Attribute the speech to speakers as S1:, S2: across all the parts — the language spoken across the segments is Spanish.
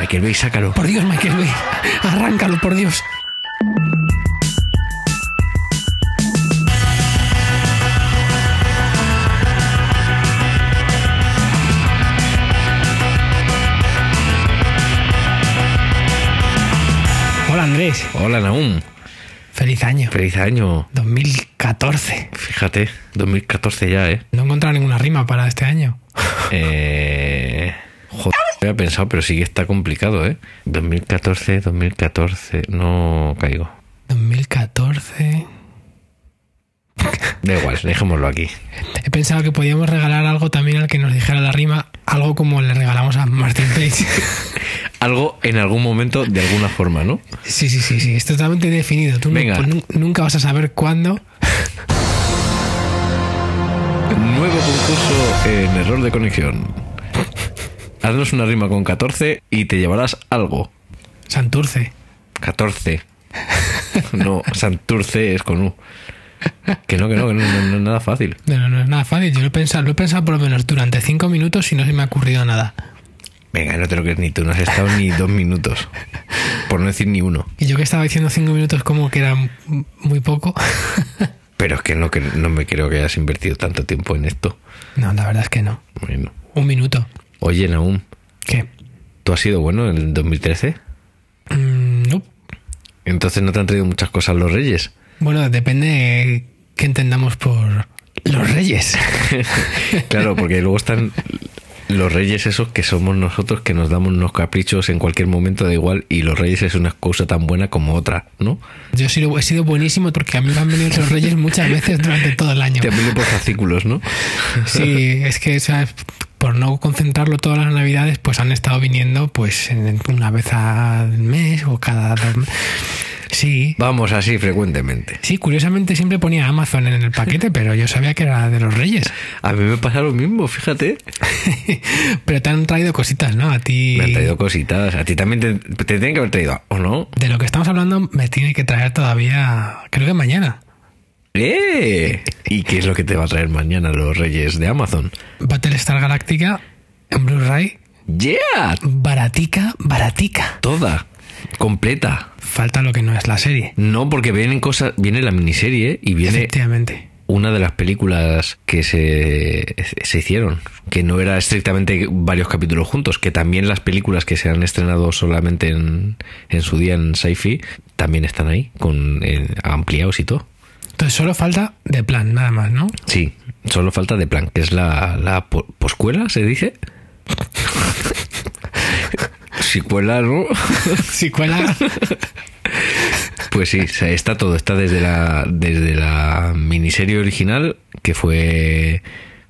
S1: Michael Bay, sácalo.
S2: Por Dios, Michael Bay, arráncalo, por Dios. Hola Andrés,
S1: Hola, Naum.
S2: feliz año.
S1: Feliz año.
S2: 2014.
S1: Fíjate, 2014 ya, ¿eh?
S2: No he encontrado ninguna rima para este año.
S1: Eh, joder, no había pensado, pero sí que está complicado, ¿eh? 2014, 2014, no caigo.
S2: 2014.
S1: Da igual, dejémoslo aquí.
S2: He pensado que podíamos regalar algo también al que nos dijera la rima, algo como le regalamos a Martin Page.
S1: Algo en algún momento, de alguna forma, ¿no?
S2: Sí, sí, sí, sí, es totalmente definido. Tú nu-
S1: Venga.
S2: pues nu- nunca vas a saber cuándo.
S1: Nuevo concurso en error de conexión. Haznos una rima con 14 y te llevarás algo.
S2: Santurce.
S1: 14. No, Santurce es con U. Que no, que no, que no, no, no es nada fácil.
S2: No, no, no es nada fácil. Yo lo he pensado, lo he pensado por lo menos durante cinco minutos y no se me ha ocurrido nada.
S1: Venga, no te lo crees ni tú, no has estado ni dos minutos. Por no decir ni uno.
S2: Y yo que estaba diciendo cinco minutos como que era m- muy poco.
S1: Pero es que no, que no me creo que hayas invertido tanto tiempo en esto.
S2: No, la verdad es que no.
S1: Bueno.
S2: Un minuto.
S1: Oye, Naum,
S2: ¿Qué?
S1: ¿tú has sido bueno en el 2013?
S2: Mm, no.
S1: Entonces no te han traído muchas cosas los reyes.
S2: Bueno, depende eh, qué entendamos por los reyes.
S1: claro, porque luego están los reyes esos que somos nosotros que nos damos unos caprichos en cualquier momento, da igual, y los reyes es una excusa tan buena como otra, ¿no?
S2: Yo he sido, he sido buenísimo porque a mí me han venido los reyes muchas veces durante todo el año.
S1: Te apelo por fascículos, ¿no?
S2: Sí, es que o sea, por no concentrarlo todas las navidades, pues han estado viniendo pues en- una vez al mes o cada dos. me- Sí.
S1: Vamos así frecuentemente.
S2: Sí, curiosamente siempre ponía Amazon en el paquete, pero yo sabía que era de los Reyes.
S1: A mí me pasa lo mismo, fíjate.
S2: pero te han traído cositas, ¿no? A ti.
S1: Me han traído cositas. A ti también te, te tienen que haber traído, ¿o no?
S2: De lo que estamos hablando me tiene que traer todavía, creo que mañana.
S1: ¡Eh! ¿Y qué es lo que te va a traer mañana los reyes de Amazon?
S2: Battlestar Galactica en Blu-ray,
S1: ¡Yeah!
S2: baratica, baratica.
S1: Toda. Completa.
S2: Falta lo que no es la serie.
S1: No, porque vienen cosas. Viene la miniserie y viene
S2: Efectivamente.
S1: una de las películas que se, se hicieron, que no era estrictamente varios capítulos juntos, que también las películas que se han estrenado solamente en, en su día en Sci-Fi también están ahí, con eh, ampliados y todo.
S2: Entonces solo falta de plan, nada más, ¿no?
S1: Sí, solo falta de plan, que es la, la po- poscuela, se dice. Sicuela, ¿no?
S2: Si cuela,
S1: Pues sí, o sea, está todo, está desde la, desde la miniserie original, que fue,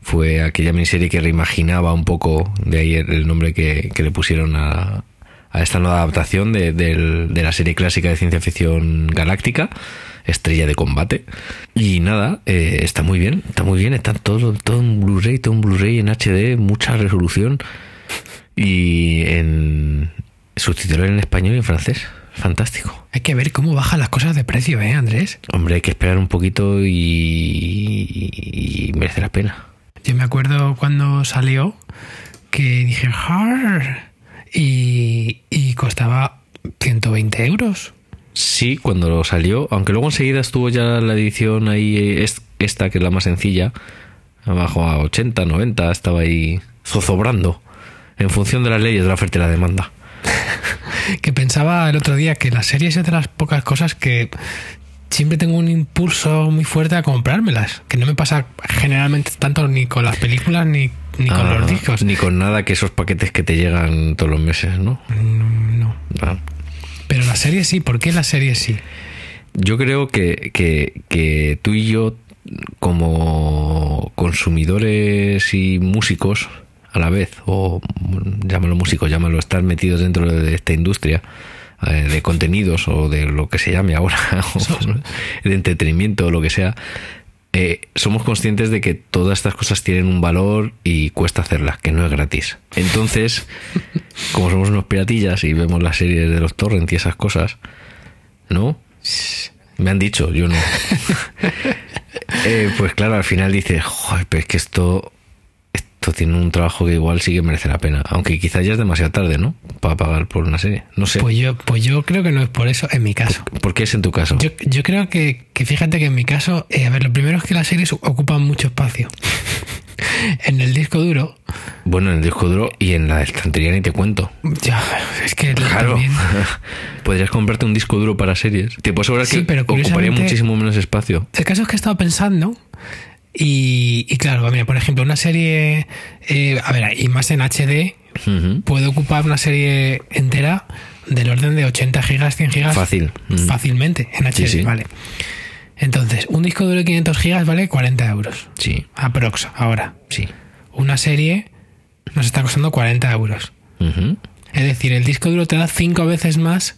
S1: fue aquella miniserie que reimaginaba un poco, de ahí el, el nombre que, que le pusieron a, a esta nueva adaptación de, del- de la serie clásica de ciencia ficción galáctica, Estrella de Combate. Y nada, eh, está muy bien, está muy bien, está todo, todo en Blu-ray, todo en Blu-ray, en HD, mucha resolución y en subtitular en español y en francés. Fantástico.
S2: hay que ver cómo bajan las cosas de precio, ¿eh, Andrés?
S1: Hombre, hay que esperar un poquito y, y merece la pena.
S2: Yo me acuerdo cuando salió que dije, "Jar", y, y costaba 120 euros.
S1: Sí, cuando lo salió, aunque luego enseguida estuvo ya la edición ahí, eh, es- esta que es la más sencilla, abajo a 80, 90, estaba ahí zozobrando en función de las leyes de la oferta y la demanda.
S2: Que pensaba el otro día que las series es de las pocas cosas que siempre tengo un impulso muy fuerte a comprármelas. Que no me pasa generalmente tanto ni con las películas ni, ni con
S1: Ah,
S2: los discos.
S1: Ni con nada que esos paquetes que te llegan todos los meses, ¿no?
S2: Mm, No.
S1: Ah.
S2: Pero las series sí. ¿Por qué las series sí?
S1: Yo creo que, que- que tú y yo, como consumidores y músicos a la vez, o mm, llámalo músicos, llámalo estar metidos dentro de esta industria eh, de contenidos o de lo que se llame ahora, o de entretenimiento o lo que sea, eh, somos conscientes de que todas estas cosas tienen un valor y cuesta hacerlas, que no es gratis. Entonces, como somos unos piratillas y vemos las series de los torrents y esas cosas, ¿no? Me han dicho, yo no. Eh, pues claro, al final dices, joder, pero es que esto, esto Esto tiene un trabajo que igual sí que merece la pena. Aunque quizás ya es demasiado tarde, ¿no? Para pagar por una serie. No sé.
S2: Pues yo, pues yo creo que no es por eso, en mi caso.
S1: ¿Por qué es en tu caso?
S2: Yo, yo creo que, que fíjate que en mi caso, eh, a ver, lo primero es que las series ocupan mucho espacio. en el disco duro,
S1: Bueno, en el disco duro y en la estantería ni te cuento.
S2: ya, es que
S1: Claro.
S2: también-
S1: Podrías comprarte un disco duro para series. Te puedo asegurar
S2: Sí,
S1: que
S2: pero
S1: ocuparía
S2: curiosamente-
S1: muchísimo menos espacio.
S2: El caso es que he estado pensando y, y claro, mira, por ejemplo, una serie, eh, a ver, y más en HD,
S1: Ujú.
S2: puede ocupar una serie entera del orden de 80 gigas, 100 gigas.
S1: Fácil. Mm.
S2: Fácilmente, en HD,
S1: sí.
S2: vale. Entonces, un disco duro de 500 gigas vale 40 euros.
S1: Mm. Sí,
S2: Aprox, ahora.
S1: sí.
S2: Una serie nos está costando 40 euros.
S1: Ujú.
S2: Es decir, el disco duro te da cinco veces más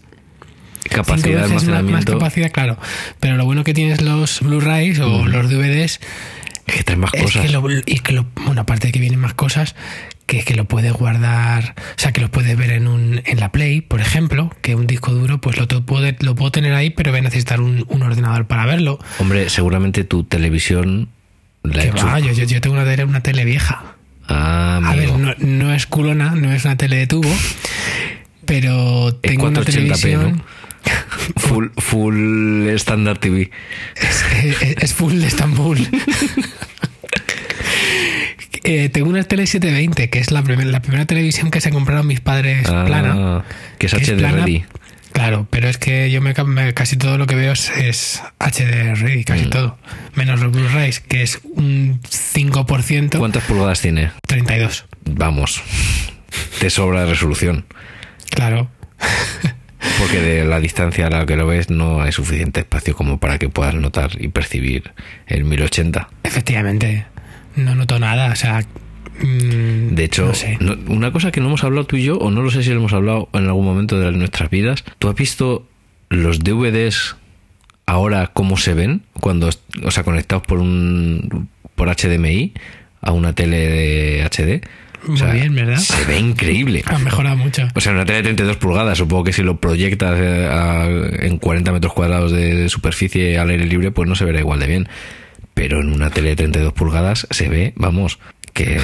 S2: cinco
S1: Capacidad de
S2: veces más, más
S1: almacenamiento.
S2: capacidad, claro. Pero lo bueno que tienes los Blu-rays o los DVDs
S1: Es que trae más
S2: es
S1: cosas.
S2: que lo, y que lo- bueno, aparte de que vienen más cosas, que es que lo puedes guardar, o sea, que lo puedes ver en un en la Play, por ejemplo, que un disco duro, pues lo, to- puedo- lo puedo tener ahí, pero voy a necesitar un, un ordenador para verlo.
S1: Hombre, seguramente tu televisión la
S2: Que
S1: he hecho.
S2: va, yo, yo- yo tengo una tele, una tele vieja.
S1: Ah,
S2: A ver,
S1: amigo.
S2: no, no es culona, no es una tele de tubo, pero tengo una
S1: 480p, ¿no?
S2: televisión.
S1: Full, full Standard TV.
S2: Es, es- es full de Estambul. Eh, tengo una tele 720, que es la, primer- la primera televisión que se compraron mis padres
S1: Ah,
S2: plana.
S1: Que es
S2: que es
S1: HD
S2: plana,
S1: ready.
S2: Claro, pero es que yo me, ca- me- casi todo lo que veo es, es HD ready, casi
S1: Mm.
S2: todo. Menos los Blu-rays, que es un 5%,
S1: ¿Cuántas pulgadas tiene?
S2: 32.
S1: Vamos. Te sobra resolución.
S2: Claro.
S1: Porque de la distancia a la que lo ves no hay suficiente espacio como para que puedas notar y percibir el 1080.
S2: Efectivamente, no noto nada, o sea... mm,
S1: De hecho,
S2: no sé.
S1: no- una cosa que no hemos hablado tú y yo, o no lo sé si lo hemos hablado en algún momento de nuestras vidas, ¿tú has visto los DVDs ahora cómo se ven? Cuando, est- o sea, conectados por un por HDMI a una tele de HD. O
S2: Muy
S1: sea,
S2: bien, ¿verdad?
S1: Se ve increíble.
S2: Ha mejorado mucho.
S1: O sea, una tele de 32 pulgadas, supongo que si lo proyectas eh, a- en 40 metros cuadrados de superficie al aire libre, pues no se verá igual de bien. Pero en una tele de 32 pulgadas se ve, vamos, que,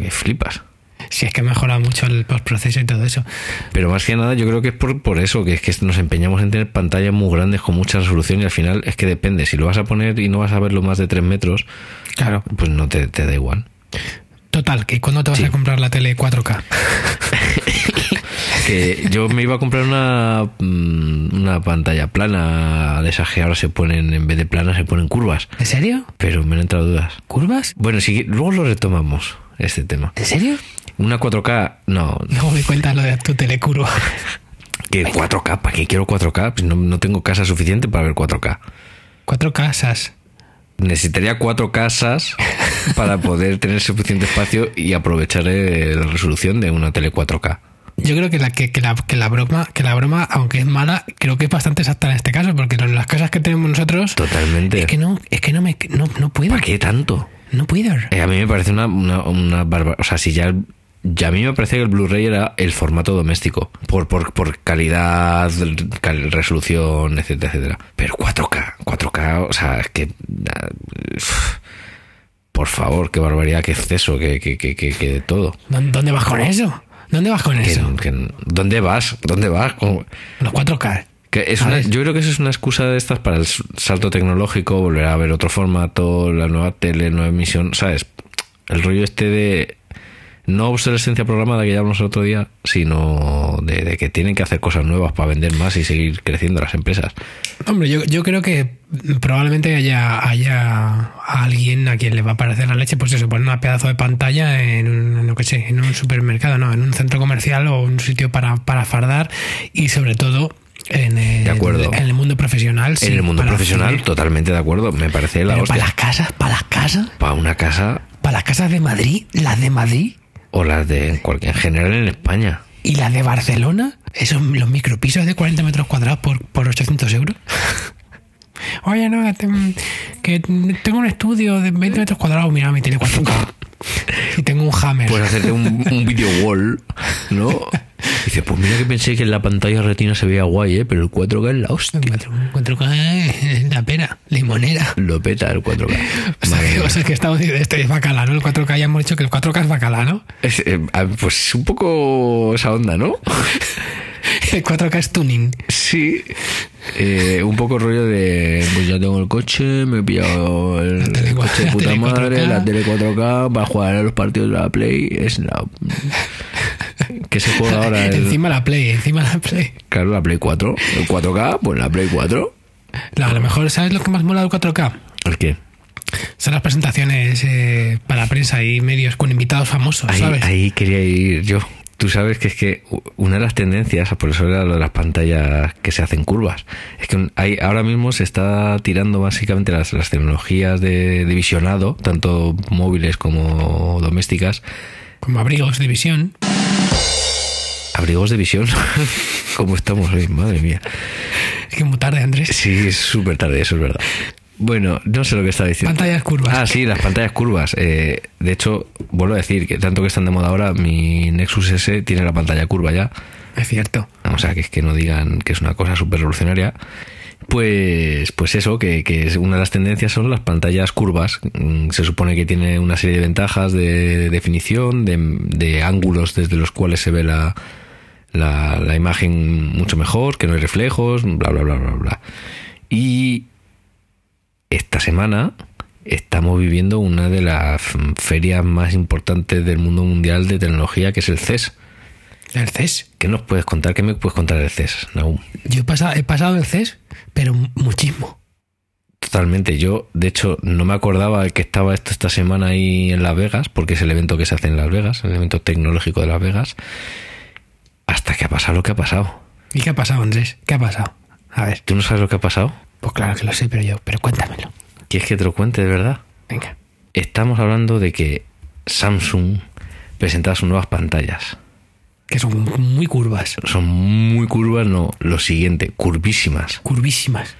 S1: que flipas.
S2: Si es que ha mejorado mucho el postproceso y todo eso.
S1: Pero más que nada yo creo que es por, por eso, que es que nos empeñamos en tener pantallas muy grandes con mucha resolución y al final es que depende, si lo vas a poner y no vas a verlo más de 3 metros,
S2: Claro.
S1: pues no te, te da igual.
S2: Total, ¿que cuándo te vas a comprar la tele 4K?
S1: Que yo me iba a comprar una, mm, una pantalla plana de esas que ahora se ponen, en vez de planas, se ponen curvas.
S2: ¿En serio?
S1: Pero me han entrado dudas.
S2: ¿Curvas?
S1: Bueno, si, luego lo retomamos, este tema.
S2: ¿En serio?
S1: Una 4K, no,
S2: Luego me cuentas lo de tu telecurva.
S1: que 4K, ¿para qué quiero 4K? Pues no, no tengo casa suficiente para ver 4K.
S2: 4 casas.
S1: Necesitaría cuatro casas para poder tener suficiente espacio y aprovechar eh, la resolución de una tele 4K.
S2: Yo creo que la, que, que la, que la broma, que la broma, aunque es mala, creo que es bastante exacta en este caso, porque lo- las casas que tenemos nosotros
S1: Totalmente.
S2: es que no, es que no me no, no puedo.
S1: ¿Para qué tanto?
S2: No puedo.
S1: Eh, a mí me parece una, una, una barba- O sea, si ya, ya a mí me parece que el Blu-ray era el formato doméstico. Por, por, por calidad, cal- resolución, etcétera, etcétera. Pero 4K, 4K, o sea, es que. ah, uf. por favor, qué barbaridad, qué exceso, que que que que- que de todo.
S2: ¿Dó- ¿Dónde vas con eso? ¿Dónde vas con
S1: Que-
S2: eso?
S1: que- ¿Dónde vas? ¿Dónde vas? ¿Cómo?
S2: Los 4K.
S1: Que es
S2: A
S1: una-
S2: ver.
S1: yo creo que eso es una excusa de estas para el s- salto tecnológico, volver a ver otro formato, la nueva tele, nueva emisión, ¿sabes? El rollo este de no obsolescencia programada que ya hablamos el otro día, sino de, de que tienen que hacer cosas nuevas para vender más y seguir creciendo las empresas.
S2: Hombre, yo, yo creo que probablemente haya, haya alguien a quien le va a parecer la leche, pues eso, poner una pedazo de pantalla en un, no que sé, en un supermercado, no, en un centro comercial o un sitio para, para fardar y sobre todo en el,
S1: De acuerdo.
S2: En el mundo profesional. sí,
S1: en el mundo
S2: para
S1: profesional,
S2: hacer-
S1: totalmente de acuerdo, me parece la
S2: pero para
S1: hostia.
S2: las casas, para las casas,
S1: Para una casa
S2: para las casas de Madrid, las de Madrid
S1: o las de en, cualquier, en general en España.
S2: y las de Barcelona, esos los micropisos de 40 metros cuadrados por, por 800 euros. Oye, no, que te- que tengo un estudio de 20 metros cuadrados, mira, mi tele 4K. Y tengo un Hammer.
S1: Pues- Puedes hacerte un, un video wall, ¿no? Y dice, pues mira que pensé que en la pantalla retina se veía guay, ¿eh? pero el 4K es la hostia.
S2: Encuentro que la pera, limonera.
S1: Lo peta el 4K.
S2: O sea,
S1: Madre
S2: que,
S1: mía.
S2: o sea, que estamos diciendo, este es bacala, ¿no? El 4K ya hemos dicho que el 4K es bacala, ¿no?
S1: Es, eh, ah, pues un poco esa onda, ¿no?
S2: El 4K es tuning.
S1: Sí. Eh, un poco rollo de, pues ya tengo el coche, me he pillado el,
S2: La tele
S1: el coche de
S2: cua-
S1: puta
S2: la tele
S1: madre,
S2: 4K.
S1: la tele 4K, para jugar a los partidos de la Play. Es la... que se juega ahora? el-
S2: Encima la Play, encima la Play.
S1: Claro, la Play 4. El 4K, pues la Play 4.
S2: La- a lo mejor, ¿sabes lo que más mola del 4K?
S1: ¿El qué?
S2: Son las presentaciones eh, para prensa y medios con invitados famosos,
S1: Ahí,
S2: ¿sabes?
S1: ahí quería ir yo. Tú sabes que es que u- una de las tendencias, por eso era lo de las pantallas que se hacen curvas, es que un- hay, ahora mismo se está tirando básicamente las, las tecnologías de, de visionado, tanto móviles como domésticas,
S2: Como abrigos de visión.
S1: abrigos de visión, como estamos hoy, madre mía.
S2: Es que es muy tarde, Andrés.
S1: Sí, es súper tarde, eso es verdad. Bueno, no sé lo que estaba diciendo.
S2: Pantallas curvas.
S1: Ah, sí, las pantallas curvas. Eh, de hecho, vuelvo a decir que tanto que están de moda ahora, mi Nexus S tiene la pantalla curva ya.
S2: Es cierto.
S1: o sea, que es que no digan que es una cosa súper revolucionaria, pues, pues eso, que, que es una de las tendencias son las pantallas curvas. Mm, Se supone que tiene una serie de ventajas de definición, de, de ángulos desde los cuales se ve la, la, la imagen mucho mejor, que no hay reflejos, bla, bla, bla, bla, bla. Y esta semana estamos viviendo una de las ferias más importantes del mundo mundial de tecnología, que es el E CES.
S2: El CES.
S1: ¿Qué nos puedes contar? ¿Qué me puedes contar del CES, Nahum?
S2: Yo he pasado, he pasado el CES, pero mu- muchísimo.
S1: Totalmente. Yo, de hecho, no me acordaba que estaba esto esta semana ahí en Las Vegas, porque es el evento que se hace en Las Vegas, el evento tecnológico de Las Vegas. Hasta que ha pasado lo que ha pasado.
S2: ¿Y qué ha pasado, Andrés? ¿Qué ha pasado? A ver.
S1: ¿Tú no sabes lo que ha pasado?
S2: Pues claro que lo sé, pero yo, pero cuéntamelo.
S1: ¿Quieres que te lo cuente de verdad?
S2: Venga.
S1: Estamos hablando de que Samsung presentaba sus nuevas pantallas.
S2: Que son muy curvas,
S1: Son muy curvas, no, lo siguiente, curvísimas.
S2: curvísimas.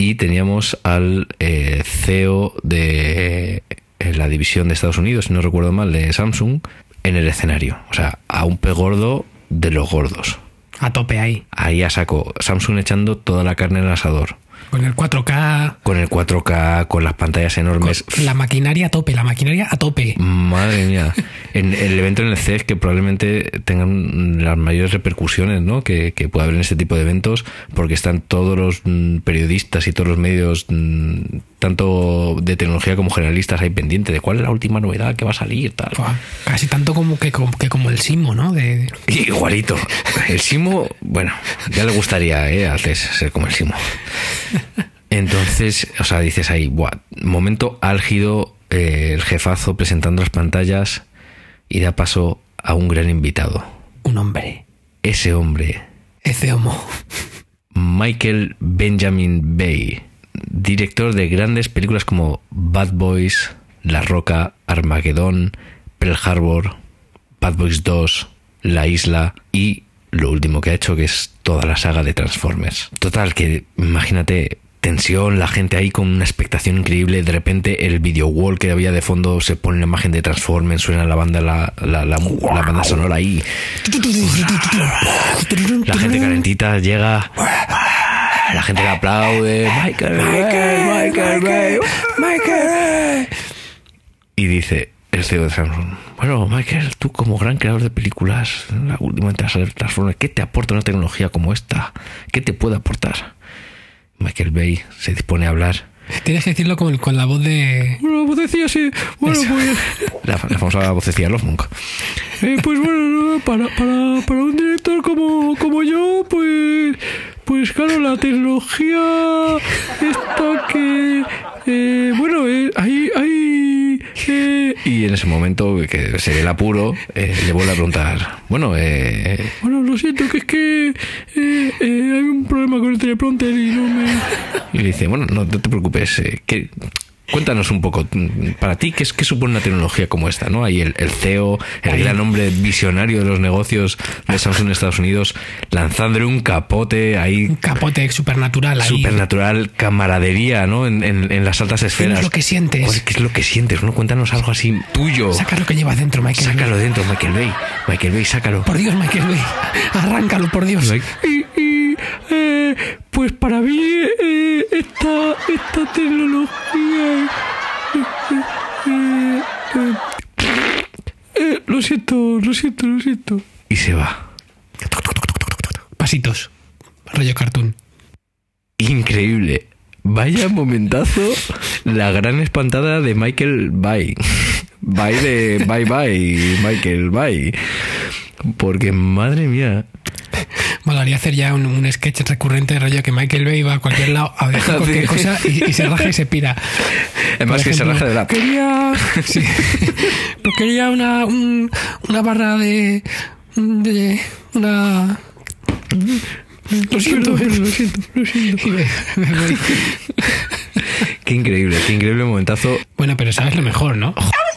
S1: y teníamos al eh, CEO de eh, la división de Estados Unidos, si no recuerdo mal, de Samsung, en el escenario. O sea, a un pegordo de los gordos.
S2: A tope ahí.
S1: Ahí a saco. Samsung echando toda la carne en el asador.
S2: Con el 4K,
S1: Con el 4K, con las pantallas enormes.
S2: la maquinaria a tope, la maquinaria a tope.
S1: Mm. Madre mía. En el evento en el CES que probablemente tengan las mayores repercusiones, ¿no? Que, que pueda haber en este tipo de eventos, porque están todos los mm, periodistas y todos los medios, mm, tanto de tecnología como generalistas, ahí pendientes de cuál es la última novedad que va a salir, tal.
S2: Buah, Casi tanto como que, como, que como el Simo, ¿no? De, de-
S1: Igualito. El Simo, bueno, ya le gustaría ¿eh? al CES ser como el Simo. Entonces, o sea, dices ahí, buah, momento álgido, eh, el jefazo presentando las pantallas y da paso a un gran invitado.
S2: un hombre.
S1: Ese hombre,
S2: Ese homo.
S1: Michael Benjamin Bay, director de grandes películas como Bad Boys, La Roca, Armageddon, Pearl Harbor, Bad Boys 2, La Isla y lo último que ha hecho que es toda la saga de Transformers. Total, que imagínate tensión, la gente ahí con una expectación increíble, de repente el video wall que había de fondo se pone la imagen de Transformers, suena la banda, la, la- la- la banda sonora ahí, la gente calentita llega. La gente le aplaude. Michael, Bay, Michael, Bay, Michael. Bay. Y dice el CEO de Samsung. Bueno, Michael, tú como gran creador de películas, la última entrada de Transformers, ¿qué te aporta una tecnología como esta? ¿Qué te puede aportar? Michael Bay se dispone a hablar.
S2: Tienes que decirlo con, con la voz de.
S1: Bueno, vocecilla sí. Bueno, pues. La, la famosa vocecilla Love Monk. Eh, pues bueno, no, para, para, para un director como, como yo, pues. Pues claro, la tecnología. Esta que. eh, bueno, eh, ahí. ahí eh. Y en ese momento que se ve el apuro, eh, le vuelve a preguntar. Bueno, eh. Bueno, lo siento, que es que. eh, eh, hay un problema con el teleprompter y no me. Y le dice, bueno, no, no te preocupes. eh, que Cuéntanos un poco, mm, para ti, ¿qué, es, qué supone una tecnología como esta? ¿no? Ahí el, el CEO, el
S2: Ahí.
S1: gran hombre visionario de los negocios de Samsung en Estados Unidos, lanzándole un capote ahí
S2: Un capote supernatural ahí.
S1: supernatural, camaradería, ¿no? En, en- en las altas
S2: ¿Qué
S1: esferas.
S2: es lo que sientes?
S1: Joder, ¿Qué es lo que sientes? No, cuéntanos algo así tuyo.
S2: Saca lo que llevas dentro, Michael. Bay.
S1: Sácalo dentro, Michael Bay. Michael Bay, sácalo.
S2: Por Dios, Michael Bay. Arráncalo, por Dios.
S1: Y- y, eh, pues para mí eh, esta, esta tecnología... eh, eh, eh, eh, lo siento, lo siento, lo siento. Y se va.
S2: Pasitos. Rollo cartoon.
S1: Increíble. Vaya momentazo la gran espantada de Michael Bay. Bye de bye bye, Michael Bay. Porque madre mía.
S2: Molaría hacer ya un, un sketch recurrente, rollo que Michael Bay va a cualquier lado a ver cualquier
S1: Sí.
S2: cosa y, y se raja y se pira.
S1: Además
S2: Por
S1: que se
S2: ejemplo,
S1: raja de la...
S2: Quería, sí. Pues quería una, un- una barra de, de- Una. Lo siento, lo siento, lo siento.
S1: Qué increíble, qué increíble momentazo.
S2: Bueno, pero sabes lo mejor, ¿no?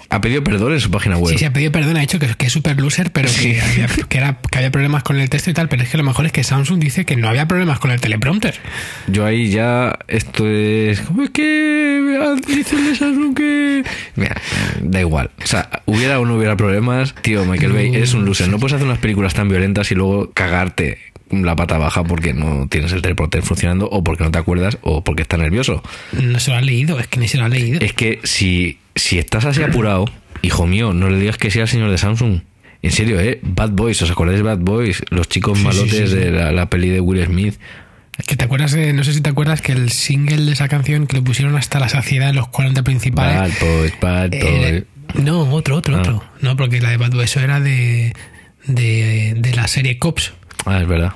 S1: Ha pedido perdón en su página web.
S2: Sí, se ha pedido perdón, ha dicho que, que es super loser, pero que,
S1: Sí.
S2: había, que era, que había problemas con el texto y tal, pero es que lo mejor es que Samsung dice que no había problemas con el teleprompter.
S1: Yo ahí ya, esto es. ¿Cómo es que ah, dice el de Samsung que.? Mira, da igual. O sea, hubiera o no hubiera problemas, tío, Michael Bay, eres un loser. No puedes hacer unas películas tan violentas y luego cagarte la pata baja porque no tienes el teleprompter funcionando o porque no te acuerdas o porque estás nervioso.
S2: No se lo ha leído, es que ni se lo ha leído.
S1: Es que si, si estás así apurado, hijo mío, no le digas que sea el señor de Samsung. En serio, ¿eh? Bad Boys, ¿os acordáis de Bad Boys? Los chicos
S2: Sí, sí,
S1: malotes
S2: sí, sí.
S1: de la, la peli de Will Smith.
S2: Que te acuerdas, de- no sé si te acuerdas que el single de esa canción que lo pusieron hasta la saciedad en los 40 principales.
S1: Bad Boys, Bad
S2: Eh,
S1: Boys.
S2: era- no, otro, otro,
S1: Ah.
S2: otro. No, porque la de Bad Boy, eso era de, de, de la serie Cops.
S1: Ah, es verdad.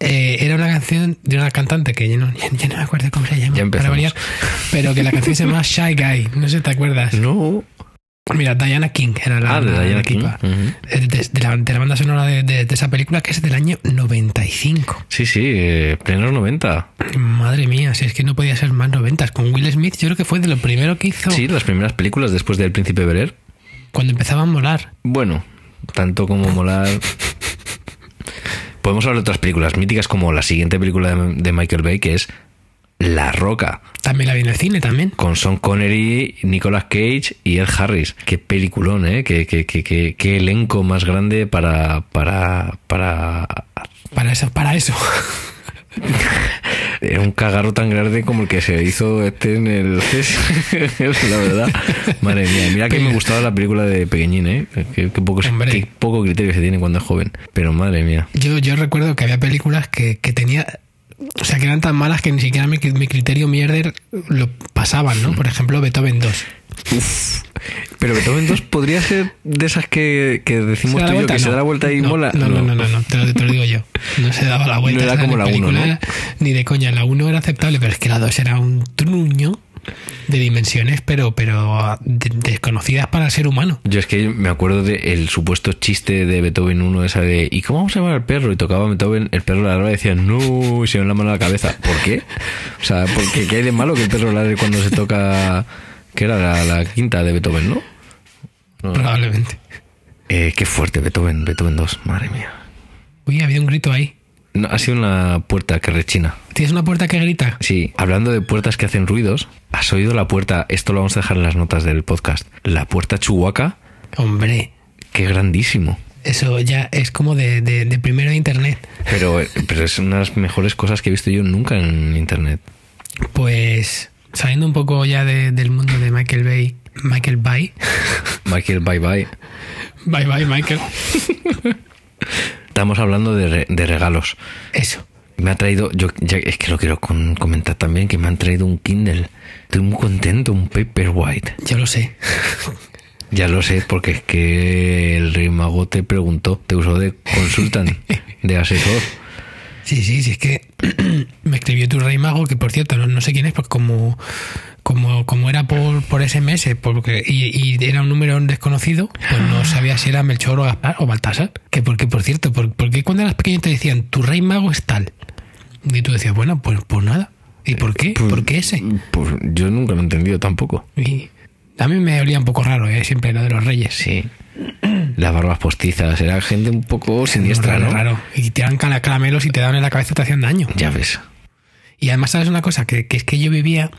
S2: Eh, era una canción de una cantante que ya no, ya, ya no me acuerdo cómo se llama,
S1: Ya empezamos.
S2: pero que la canción se llama Shy Guy, no sé si te acuerdas.
S1: No.
S2: Mira, Diana King era la,
S1: Ah, de
S2: la-
S1: Diana
S2: la
S1: King,
S2: tipa.
S1: ujú.
S2: Eh, de, de la, de la banda sonora de, de- de esa película que es del año 95.
S1: Sí, sí, eh, plenos 90.
S2: Madre mía, si es que no podía ser más 90. Con Will Smith yo creo que fue de lo primero que hizo
S1: Sí, las primeras películas después del Príncipe Beler.
S2: cuando empezaba a molar.
S1: Bueno, tanto como molar. Podemos hablar de otras películas míticas como la siguiente película de, de Michael Bay que es La Roca,
S2: También la vi en el cine también.
S1: con Sean Connery, Nicolas Cage y Ed Harris. Qué peliculón, ¿eh? Qué, qué- qué- qué- qué elenco más grande para, para, para...
S2: Para eso, para eso.
S1: Era un cagarro tan grande como el que se hizo este en el CES. la verdad. Madre mía, mira que me gustaba la película de Pequeñín, ¿eh? Qué, qué poco,
S2: Hombre.
S1: qué poco criterio se tiene cuando es joven. Pero madre mía.
S2: Yo, yo recuerdo que había películas que, que tenía. O sea, que eran tan malas que ni siquiera mi, mi criterio mierder lo pasaban, ¿no? Por ejemplo, Beethoven 2.
S1: Pero Beethoven 2 podría ser de esas que, que decimos tú y yo, que se da la vuelta y
S2: no,
S1: mola.
S2: No, no, no, no, no, te, lo, te lo digo yo. No se daba la vuelta.
S1: No era
S2: esa
S1: como la uno,
S2: película
S1: ¿no?
S2: era- Ni de coña. La 1 era aceptable, pero es que la 2 era un truño de dimensiones, pero, pero ah, de- desconocidas para el ser humano.
S1: Yo es que me acuerdo del supuesto chiste de Beethoven 1, esa de ¿y cómo vamos a llamar al perro? Y tocaba Beethoven, el perro ladraba y decía no, y se dio la mano a la cabeza. ¿Por qué? O sea, porque ¿qué hay de malo que el perro ladre cuando se toca, que era la, la quinta de Beethoven, ¿no? No.
S2: Probablemente.
S1: Eh, qué fuerte, Beethoven, Beethoven 2, madre mía.
S2: Uy, ha habido un grito ahí.
S1: No, ha sido una puerta que rechina.
S2: ¿Tienes una puerta que grita?
S1: Sí, hablando de puertas que hacen ruidos, ¿has oído la puerta? Esto lo vamos a dejar en las notas del podcast. La puerta Chihuahua,
S2: Hombre,
S1: qué grandísimo.
S2: eso ya es como de, de, de primero de internet.
S1: Pero, pero es una de las mejores cosas que he visto yo nunca en internet.
S2: Pues saliendo un poco ya de- del mundo de Michael Bay. Michael Bay.
S1: Michael, bye bye.
S2: Bye bye, Michael.
S1: Estamos hablando de, re- de regalos.
S2: Eso.
S1: Me ha traído, yo ya- es que lo quiero con- comentar también, que me han traído un Kindle. Estoy muy contento, un Paperwhite.
S2: Yo lo sé.
S1: Ya lo sé, porque es que el rey mago te preguntó, te usó de consultan, de asesor.
S2: Sí, sí, sí, es que me escribió tu rey mago, que por cierto, no, no sé quién es, porque como, como, como era por, por SMS porque, y, y era un número desconocido, pues
S1: Ah.
S2: no sabía si era Melchor o Gaspar o Baltasar. Que porque, por cierto, por, porque cuando eras pequeño te decían, tu rey mago es tal. Y tú decías, bueno, pues, pues nada. ¿Y por qué?
S1: Pues-
S2: ¿Por qué ese?
S1: Pues yo nunca lo he entendido tampoco.
S2: Y a mí me olía un poco raro, ¿eh? siempre lo de los reyes.
S1: Sí. Las barbas postizas. Era gente un poco siniestra,
S2: raro,
S1: ¿no?
S2: raro. Y te dan cala- caramelos y te dan en la cabeza y te hacían daño.
S1: Ya ves.
S2: Y además, ¿sabes una cosa? Que, que es que yo vivía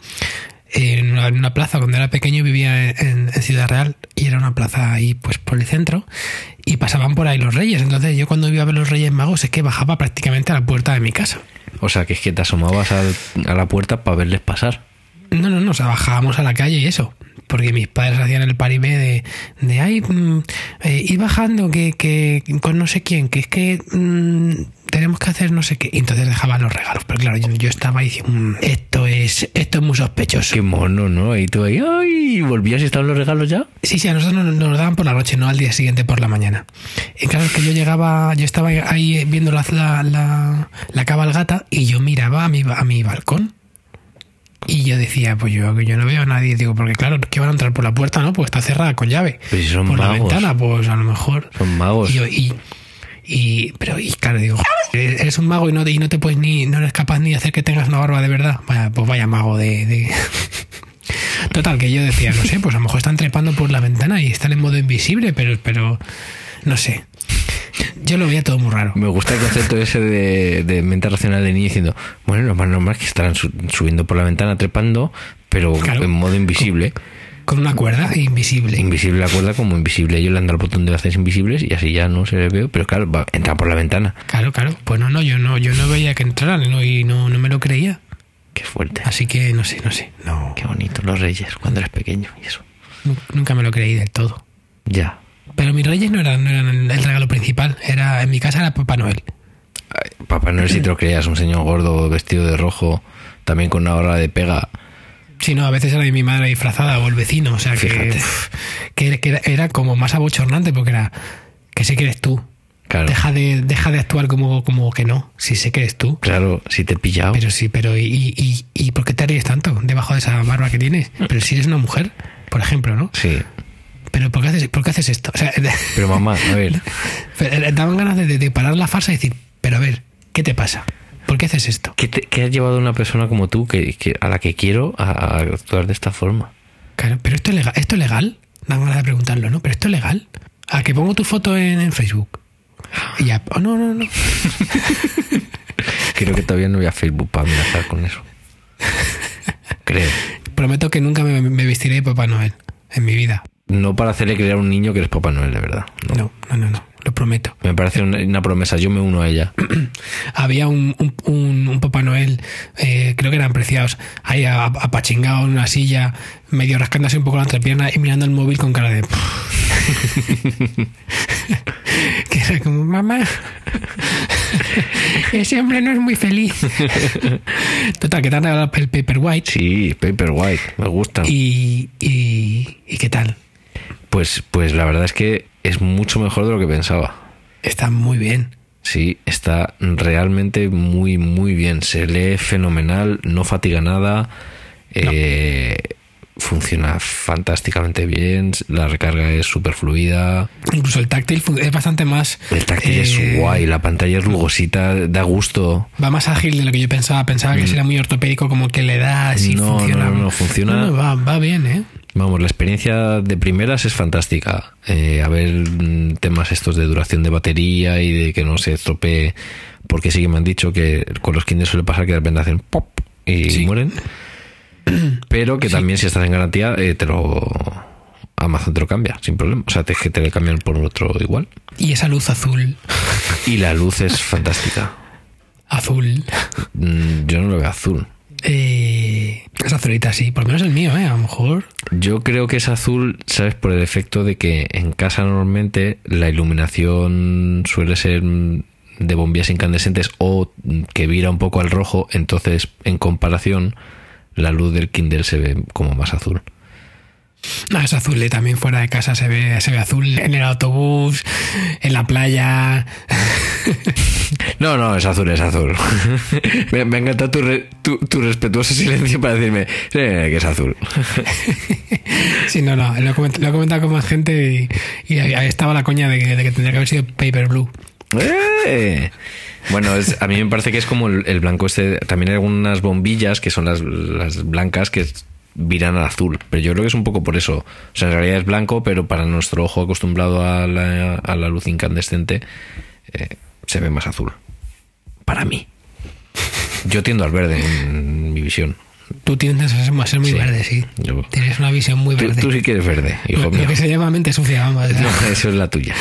S2: en una, en una plaza, cuando era pequeño vivía en, en Ciudad Real y era una plaza ahí, pues por el centro, y pasaban por ahí los reyes. Entonces yo cuando iba a ver los reyes magos es que bajaba prácticamente a la puerta de mi casa.
S1: O sea, que es que te asomabas al- a la puerta para verles pasar.
S2: No, no, no, o sea, bajábamos a la calle y eso. Porque mis padres hacían el paribé de, de ay, mm, eh, ir bajando que, que con no sé quién, que es que mm, tenemos que hacer no sé qué. Y entonces dejaban los regalos. Pero claro, yo, yo estaba ahí diciendo, "Mm, esto es, esto es muy sospechoso.
S1: Qué mono, ¿no? Y tú ahí, ¡ay! ¿Volvías y estaban los regalos ya?
S2: Sí, sí, a nosotros nos, nos lo daban por la noche, no al día siguiente por la mañana. Y claro, es que yo llegaba, yo estaba ahí viendo la, la, la- la cabalgata y yo miraba a mi, ba- a mi balcón. Y yo decía, pues yo, yo no veo a nadie. Digo, porque claro, que van a entrar por la puerta, ¿no? Porque está cerrada con llave.
S1: Pero si son
S2: por la
S1: magos.
S2: ventana, pues a lo mejor.
S1: Son magos.
S2: Y, yo- y, y- pero y claro, digo, "Joder, eres un mago y no, y no te puedes ni, no eres capaz ni de hacer que tengas una barba de verdad. Vaya, pues vaya mago de, de- Total, que yo decía, no sé, pues a lo mejor están trepando por la ventana y están en modo invisible, pero, pero no sé. Yo lo veía todo muy raro.
S1: Me gusta el concepto ese de, de mente racional de niño diciendo, bueno, lo más normal es que estarán su- subiendo por la ventana, trepando, pero
S2: Claro.
S1: en modo invisible.
S2: Con una cuerda invisible.
S1: Invisible la cuerda como invisible. Yo le ando al botón de hacer invisibles y así ya no se les veo, pero claro, va, entra por la ventana.
S2: Claro, claro. Pues no, no, yo no, yo no veía que entraran no, y no, no me lo creía.
S1: Qué fuerte.
S2: Así que no sé, no sé. No.
S1: Qué bonito, los reyes, cuando eres pequeño y eso.
S2: nu- Nunca me lo creí del todo.
S1: Ya.
S2: Pero mis reyes no eran, no eran el regalo principal. Era, en mi casa era Papá Noel.
S1: Ay, Papá Noel, si te lo creías, un señor gordo vestido de rojo, también con una hora de pega.
S2: Sí, no, a veces era de mi madre disfrazada o el vecino. O sea, que,
S1: Fíjate.
S2: que, que era, era como más abochornante porque era que sé que eres tú.
S1: Claro,
S2: Deja de, deja de actuar como, como que no, si sé que eres tú.
S1: claro, si te he pillado.
S2: Pero sí, pero ¿y, y, y, y por qué te ríes tanto debajo de esa barba que tienes? Pero si eres una mujer, por ejemplo, ¿no?
S1: Sí.
S2: Pero ¿por qué haces, por qué haces esto? O sea,
S1: Pero mamá, a ver,
S2: pero, eh, daban ganas de, de- de parar la farsa y decir, pero a ver, ¿qué te pasa? ¿Por qué haces esto?
S1: ¿qué, te, qué has llevado a una persona como tú que, que- a la que quiero a, a actuar de esta forma?
S2: Claro, pero esto es legal. ¿Esto es legal? Dan ganas de preguntarlo, ¿no? Pero esto es legal. A que pongo tu foto en, en Facebook. Y ya, oh, no, no, no.
S1: Creo que todavía no voy a Facebook para amenazar con eso. Creo.
S2: Prometo que nunca me, me vestiré de Papá Noel en mi vida.
S1: No para hacerle creer a un niño que eres Papá Noel, de verdad. No.
S2: No, no, no, no. Lo prometo.
S1: Me parece una, una promesa, yo me uno a ella.
S2: Había un, un, un- un Papá Noel, eh, creo que eran preciados, ahí a- apachingado en una silla, medio rascándose un poco la entrepierna y mirando el móvil con cara de. que era como, mamá, ese hombre no es muy feliz. Total, que te han regalado el Paper White.
S1: Sí, Paper White, me gusta.
S2: Y, y, ¿Y qué tal?
S1: Pues, pues la verdad es que es mucho mejor de lo que pensaba.
S2: Está muy bien.
S1: Sí, está realmente muy, muy bien. Se lee fenomenal, no fatiga nada. eh, Funciona fantásticamente bien. La recarga es súper fluida.
S2: Incluso el táctil fu- es bastante más.
S1: El táctil
S2: eh,
S1: es guay. La pantalla es rugosita, da gusto.
S2: Va más ágil de lo que yo pensaba. Pensaba que sería muy ortopédico, como que le da así.
S1: Mm. No,
S2: funciona.
S1: no, no, no, funciona.
S2: No, no, va, va bien, ¿eh?
S1: Vamos, la experiencia de primeras es fantástica. Eh, a ver mm, temas estos de duración de batería y de que no se estropee, porque sí que me han dicho que con los Kinder suele pasar que de repente hacen pop y
S2: Sí.
S1: mueren. Pero que también si estás en garantía, eh, te lo Amazon te lo cambia sin problema. O sea, te, que te lo cambian por otro igual.
S2: Y esa luz azul.
S1: Y la luz es fantástica.
S2: Azul.
S1: Mm, Yo no lo veo azul.
S2: Eh, es azulita, sí. Por lo menos el mío, ¿eh? A lo mejor.
S1: Yo creo que es azul, ¿sabes? Por el efecto de que en casa normalmente la iluminación suele ser mm, de bombillas incandescentes o mm, que vira un poco al rojo, entonces en comparación la luz del Kindle se ve como más azul.
S2: No, es azul. eh, También fuera de casa se ve, se ve azul. En el autobús, en la playa.
S1: No, no, es azul, es azul. me, me ha encantado tu, re- tu- tu respetuoso silencio para decirme "Sí, que es azul.
S2: Sí, no, no. Lo he coment- lo he comentado, con más gente y, y ahí ahí estaba la coña de que, de que tendría que haber sido Paper Blue.
S1: ¡Eh! Bueno, es- a mí me parece que es como el, el blanco este. También hay algunas bombillas que son las, las blancas que viran al azul. Pero yo creo que es un poco por eso. O sea, en realidad es blanco, pero para nuestro ojo acostumbrado a la, a la luz incandescente eh, se ve más azul. Para mí. Yo tiendo al verde en mi visión.
S2: Tú tiendes a ser, a ser muy
S1: Sí.
S2: verde, sí.
S1: Yo-
S2: Tienes una visión muy
S1: Tú,
S2: verde.
S1: tú sí que eres verde, hijo
S2: lo,
S1: mío.
S2: lo que se llama mente sucia, vamos. ¿eh?
S1: No, eso es la tuya.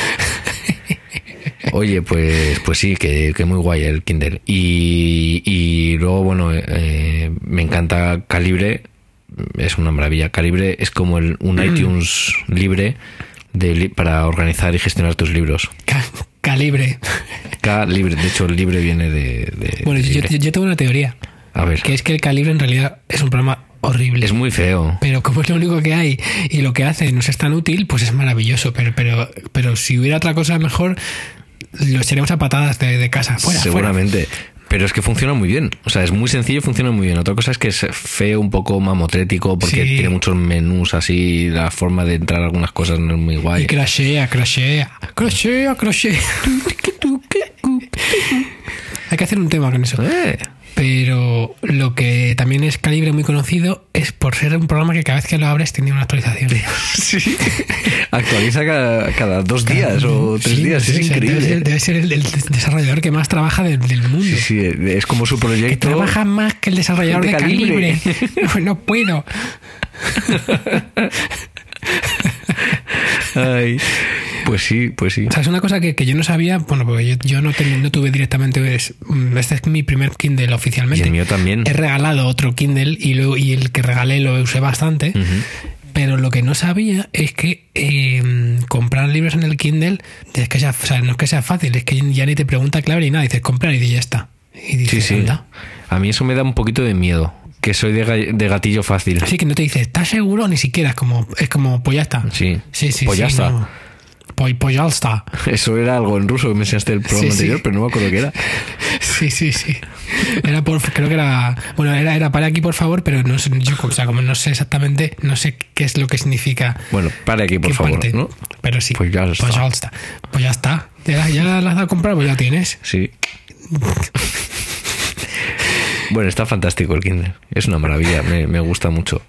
S1: Oye, pues, pues sí, que, que muy guay el Kindle. Y, y luego, bueno, eh, me encanta Calibre. Es una maravilla. Calibre es como el, un iTunes libre de li- para organizar y gestionar tus libros.
S2: Ca- Calibre.
S1: Calibre, de hecho, el libre viene de. de-
S2: Bueno,
S1: de
S2: yo,
S1: libre.
S2: yo- yo tengo una teoría,
S1: A ver,
S2: que es que el calibre en realidad es un programa horrible.
S1: es muy feo.
S2: Pero como es lo único que hay y lo que hace no es tan útil, pues es maravilloso. Pero, pero, pero si hubiera otra cosa mejor, lo echaríamos a patadas de, de casa. Fuera, fuera.
S1: Seguramente. Pero es que funciona muy bien. O sea, es muy sencillo y funciona muy bien. Otra cosa es que es feo, un poco mamotrético, porque
S2: Sí.
S1: tiene muchos menús así, la forma de entrar a algunas cosas no es muy
S2: Y
S1: guay.
S2: crashea, crashea. Crashea, crashea. Hay que hacer un tema con eso.
S1: Eh,
S2: Pero lo que también es calibre muy conocido es por ser un programa que cada vez que lo abres tiene una actualización.
S1: sí. Actualiza cada, cada dos días o tres
S2: Sí,
S1: días.
S2: sí,
S1: es
S2: sí,
S1: increíble.
S2: Debe ser, debe ser el, el desarrollador que más trabaja del, del mundo.
S1: Sí, sí, es como su
S2: Que
S1: proyecto.
S2: trabaja más que el desarrollador
S1: de
S2: de,
S1: Calibre.
S2: calibre. No, no puedo.
S1: Ay, Pues sí, pues sí.
S2: O sea, es una cosa que, que yo no sabía. Bueno, porque yo, yo no, ten- no tuve directamente. es- mm, este es mi primer Kindle
S1: Y
S2: oficialmente.
S1: el mío también.
S2: He regalado otro Kindle y, luego y el que regalé lo usé bastante. Pero lo que no sabía es que eh, comprar libros en el Kindle es que sea- o sea, no es que sea fácil, es que ya ni te pregunta clave ni nada. Dices comprar y ya está. Y
S1: Sí,
S2: dices,
S1: sí.
S2: anda.
S1: A mí eso me da un poquito de miedo. Que soy de, ga- de gatillo fácil.
S2: Así que no te dice, ¿estás seguro? Ni siquiera. Es como, es como pues ya está.
S1: Sí.
S2: Sí, sí,
S1: Pues
S2: sí,
S1: ya está.
S2: no. Pues, pues ya está.
S1: Eso era algo en ruso que me enseñaste el programa
S2: Sí, sí.
S1: anterior, pero no me acuerdo qué era.
S2: Sí, sí, sí. Era por, creo que era, bueno, era, era para aquí, por favor, pero no sé, yo, o sea, como no sé exactamente, no sé qué es lo que significa.
S1: Bueno, pare aquí, por
S2: qué
S1: favor.
S2: parte,
S1: ¿no?
S2: Pero sí.
S1: Pues ya está.
S2: Pues ya está. Pues ya está. Ya, la- ya la has dado a comprar, pues ya tienes.
S1: Sí. bueno, está fantástico el Kindle. Es una maravilla, me, me gusta mucho.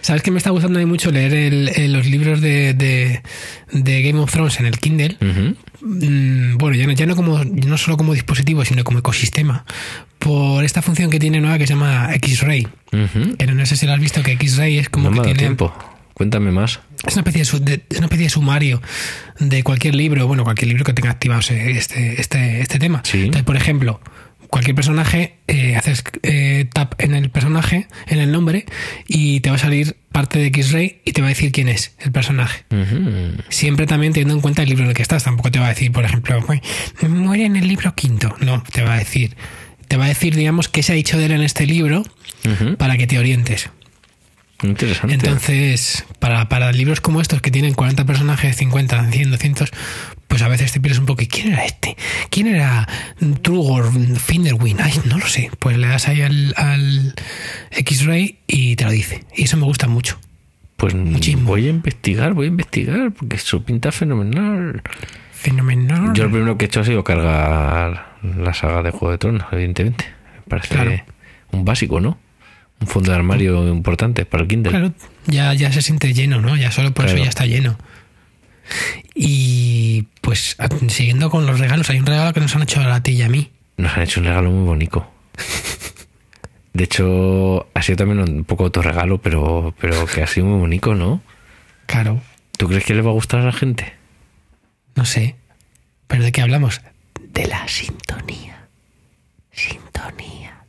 S2: ¿Sabes que me está gustando a mí mucho leer el- el- los libros de, de, de Game of Thrones en el Kindle?
S1: Ujú.
S2: Mm, bueno, ya no, ya no como no solo como dispositivo, sino como ecosistema, por esta función que tiene nueva que se llama X-Ray.
S1: Ujú.
S2: Que no, no sé si lo has visto, que X-Ray es como
S1: No me ha
S2: que
S1: dado
S2: tiene.
S1: tiempo. Cuéntame más.
S2: Es una, especie de, su- de- es una especie de sumario de cualquier libro, bueno, cualquier libro que tenga activado ese- este, este, este tema.
S1: Sí.
S2: Entonces, por ejemplo, cualquier personaje, eh, haces eh, tap en el personaje, en el nombre, y te va a salir parte de X-Ray y te va a decir quién es el personaje.
S1: Ujú.
S2: Siempre también teniendo en cuenta el libro en el que estás. Tampoco te va a decir, por ejemplo, "Uy, muere en el libro quinto. No, te va a decir. Te va a decir, digamos, qué se ha dicho de él en este libro
S1: Ujú.
S2: para que te orientes.
S1: Interesante.
S2: Entonces, para, para libros como estos que tienen 40 personajes, 50, 100, 200, pues a veces te pierdes un poco. ¿Y ¿Quién era este? ¿Quién era Trugor, Finderwin? Ay, no lo sé. Pues le das ahí al, al X-Ray y te lo dice. Y eso me gusta mucho.
S1: pues
S2: muchísimo.
S1: voy a investigar, voy a investigar, porque eso pinta fenomenal.
S2: Fenomenal.
S1: Yo lo primero que he hecho ha sido cargar la saga de Juego de Tronos, evidentemente. Me parece
S2: Claro.
S1: un básico, ¿no? Un fondo de armario importante para el Kindle.
S2: Claro, ya, ya se siente lleno, ¿no? Ya solo por
S1: Claro.
S2: eso ya está lleno. Y pues a- siguiendo con los regalos, hay un regalo que nos han hecho a ti y a mí.
S1: Nos han hecho un regalo muy bonito. De hecho, ha sido también un poco otro regalo, pero, pero que ha sido muy bonito, ¿no?
S2: Claro,
S1: ¿Tú crees que le va a gustar a la gente?
S2: no sé. ¿Pero de qué hablamos? De la sintonía. Sintonía.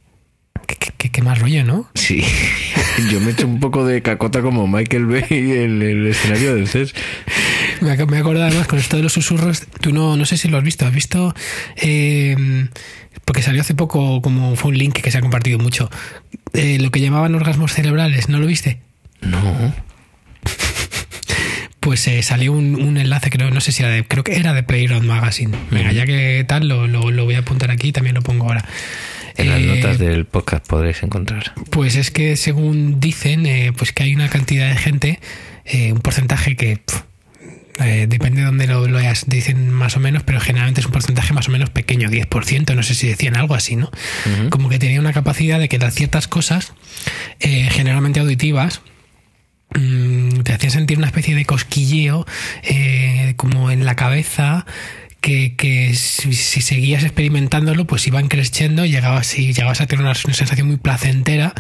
S2: Qué, qué- qué más rollo, ¿no?
S1: Sí. Yo me he hecho un poco de cacota como Michael Bay en el escenario del E CES.
S2: Me ac- me he acordado además con esto de los susurros. Tú no, no sé si lo has visto. ¿Has visto? eh, porque salió hace poco, como fue un link que se ha compartido mucho. eh, lo que llamaban orgasmos cerebrales, ¿no lo viste?
S1: No.
S2: pues eh, salió un, un enlace, creo, no sé si era de, creo que era de Playground Magazine. Venga, ya que tal, lo, lo- lo voy a apuntar aquí y también lo pongo ahora.
S1: En las
S2: Eh,
S1: notas del podcast podréis encontrar.
S2: Pues es que según dicen, eh, pues que hay una cantidad de gente, eh, un porcentaje que pf, Eh, depende de dónde lo, lo hayas, dicen más o menos, pero generalmente es un porcentaje más o menos pequeño, 10%, no sé si decían algo así, ¿no?
S1: Ujú.
S2: Como que tenía una capacidad de que las ciertas cosas, eh, generalmente auditivas, mm, te hacían sentir una especie de cosquilleo eh, como en la cabeza. Que, que si, si seguías experimentándolo, pues iban creciendo y llegabas, y llegabas a tener una sensación muy placentera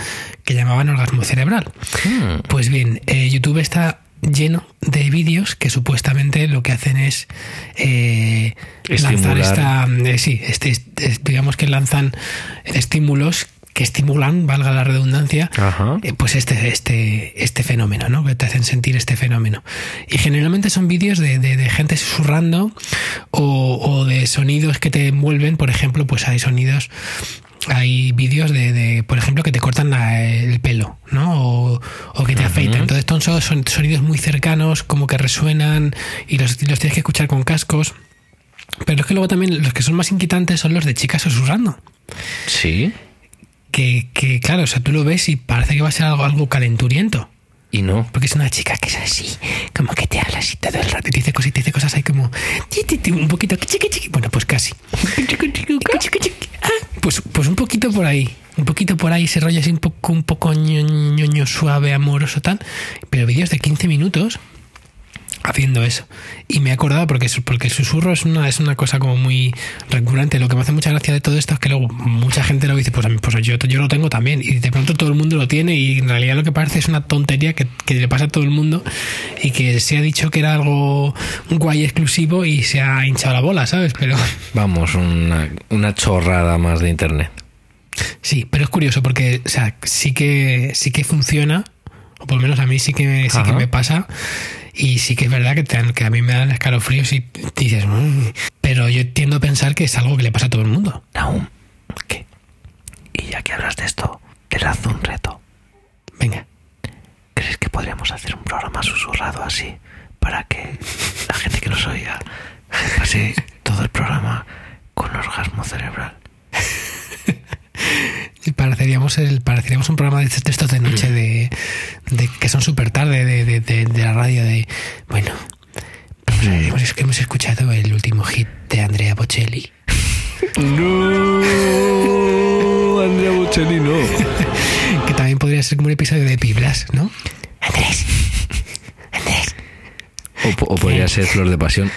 S2: que llamaban orgasmo cerebral.
S1: Hmm.
S2: Pues bien, eh, YouTube está lleno de vídeos que supuestamente lo que hacen es eh,
S1: Estimular.
S2: lanzar esta eh, sí este, este- digamos que lanzan estímulos que estimulan valga la redundancia
S1: Ajá.
S2: eh, pues este, este, este fenómeno, ¿no? Que te hacen sentir este fenómeno. Y generalmente son vídeos de, de- de gente susurrando o, o de sonidos que te envuelven. Por ejemplo, pues hay sonidos, hay vídeos de, de, por ejemplo, que te cortan la- el pelo, ¿no? O, o que te afeitan. Entonces, son- son sonidos muy cercanos, como que resuenan y los, los tienes que escuchar con cascos. Pero es que luego también los que son más inquietantes son los de chicas susurrando
S1: Sí.
S2: que, que, claro, o sea, tú lo ves y parece que va a ser algo, algo calenturiento.
S1: Y no.
S2: Porque es una chica que es así, como que te habla así todo el rato y te dice cosas, y te dice cosas ahí como ti, ti, ti, un poquito, chiqui, chiqui. bueno, pues casi. Ah, Pues, pues un poquito por ahí, un poquito por ahí, ese rollo así un poco, un poco ñoño, ñoño, suave, amoroso, tal. Pero vídeos de 15 minutos haciendo eso. Y me he acordado porque, su- porque el susurro es una, es una cosa como muy recurrente. Lo que me hace mucha gracia de todo esto es que luego mucha gente lo dice, pues, a mí- pues yo, yo lo tengo también. Y de pronto todo el mundo lo tiene y en realidad lo que parece es una tontería que, que le pasa a todo el mundo y que se ha dicho que era algo guay exclusivo y se ha hinchado la bola, ¿sabes? Pero
S1: Vamos, una, una chorrada más de internet.
S2: sí, pero es curioso porque, o sea, sí que, sí que funciona, o por lo menos a mí sí que, me- sí que
S1: Ajá.
S2: me pasa. Y sí que es verdad que, te dan- que a mí me dan escalofríos y dices, "Mm". pero yo tiendo a pensar que es algo que le pasa a todo el mundo.
S1: Nahum, ¿qué? Y ya que hablas de esto, te lanzo un reto.
S2: Venga.
S1: ¿Crees que podríamos hacer un programa susurrado así para que la gente que nos oiga se pase todo el programa con orgasmo cerebral?
S2: Y Pareceríamos, el, pareceríamos un programa de textos de noche de, de- que son súper tarde de, de- de- de la radio de bueno pues, hemos- es que hemos escuchado el último hit de Andrea Bocelli
S1: No, Andrea Bocelli no.
S2: que también podría ser como un episodio de Piblas ¿no? Andrés Andrés
S1: O, po- o podría ser Flor de Pasión.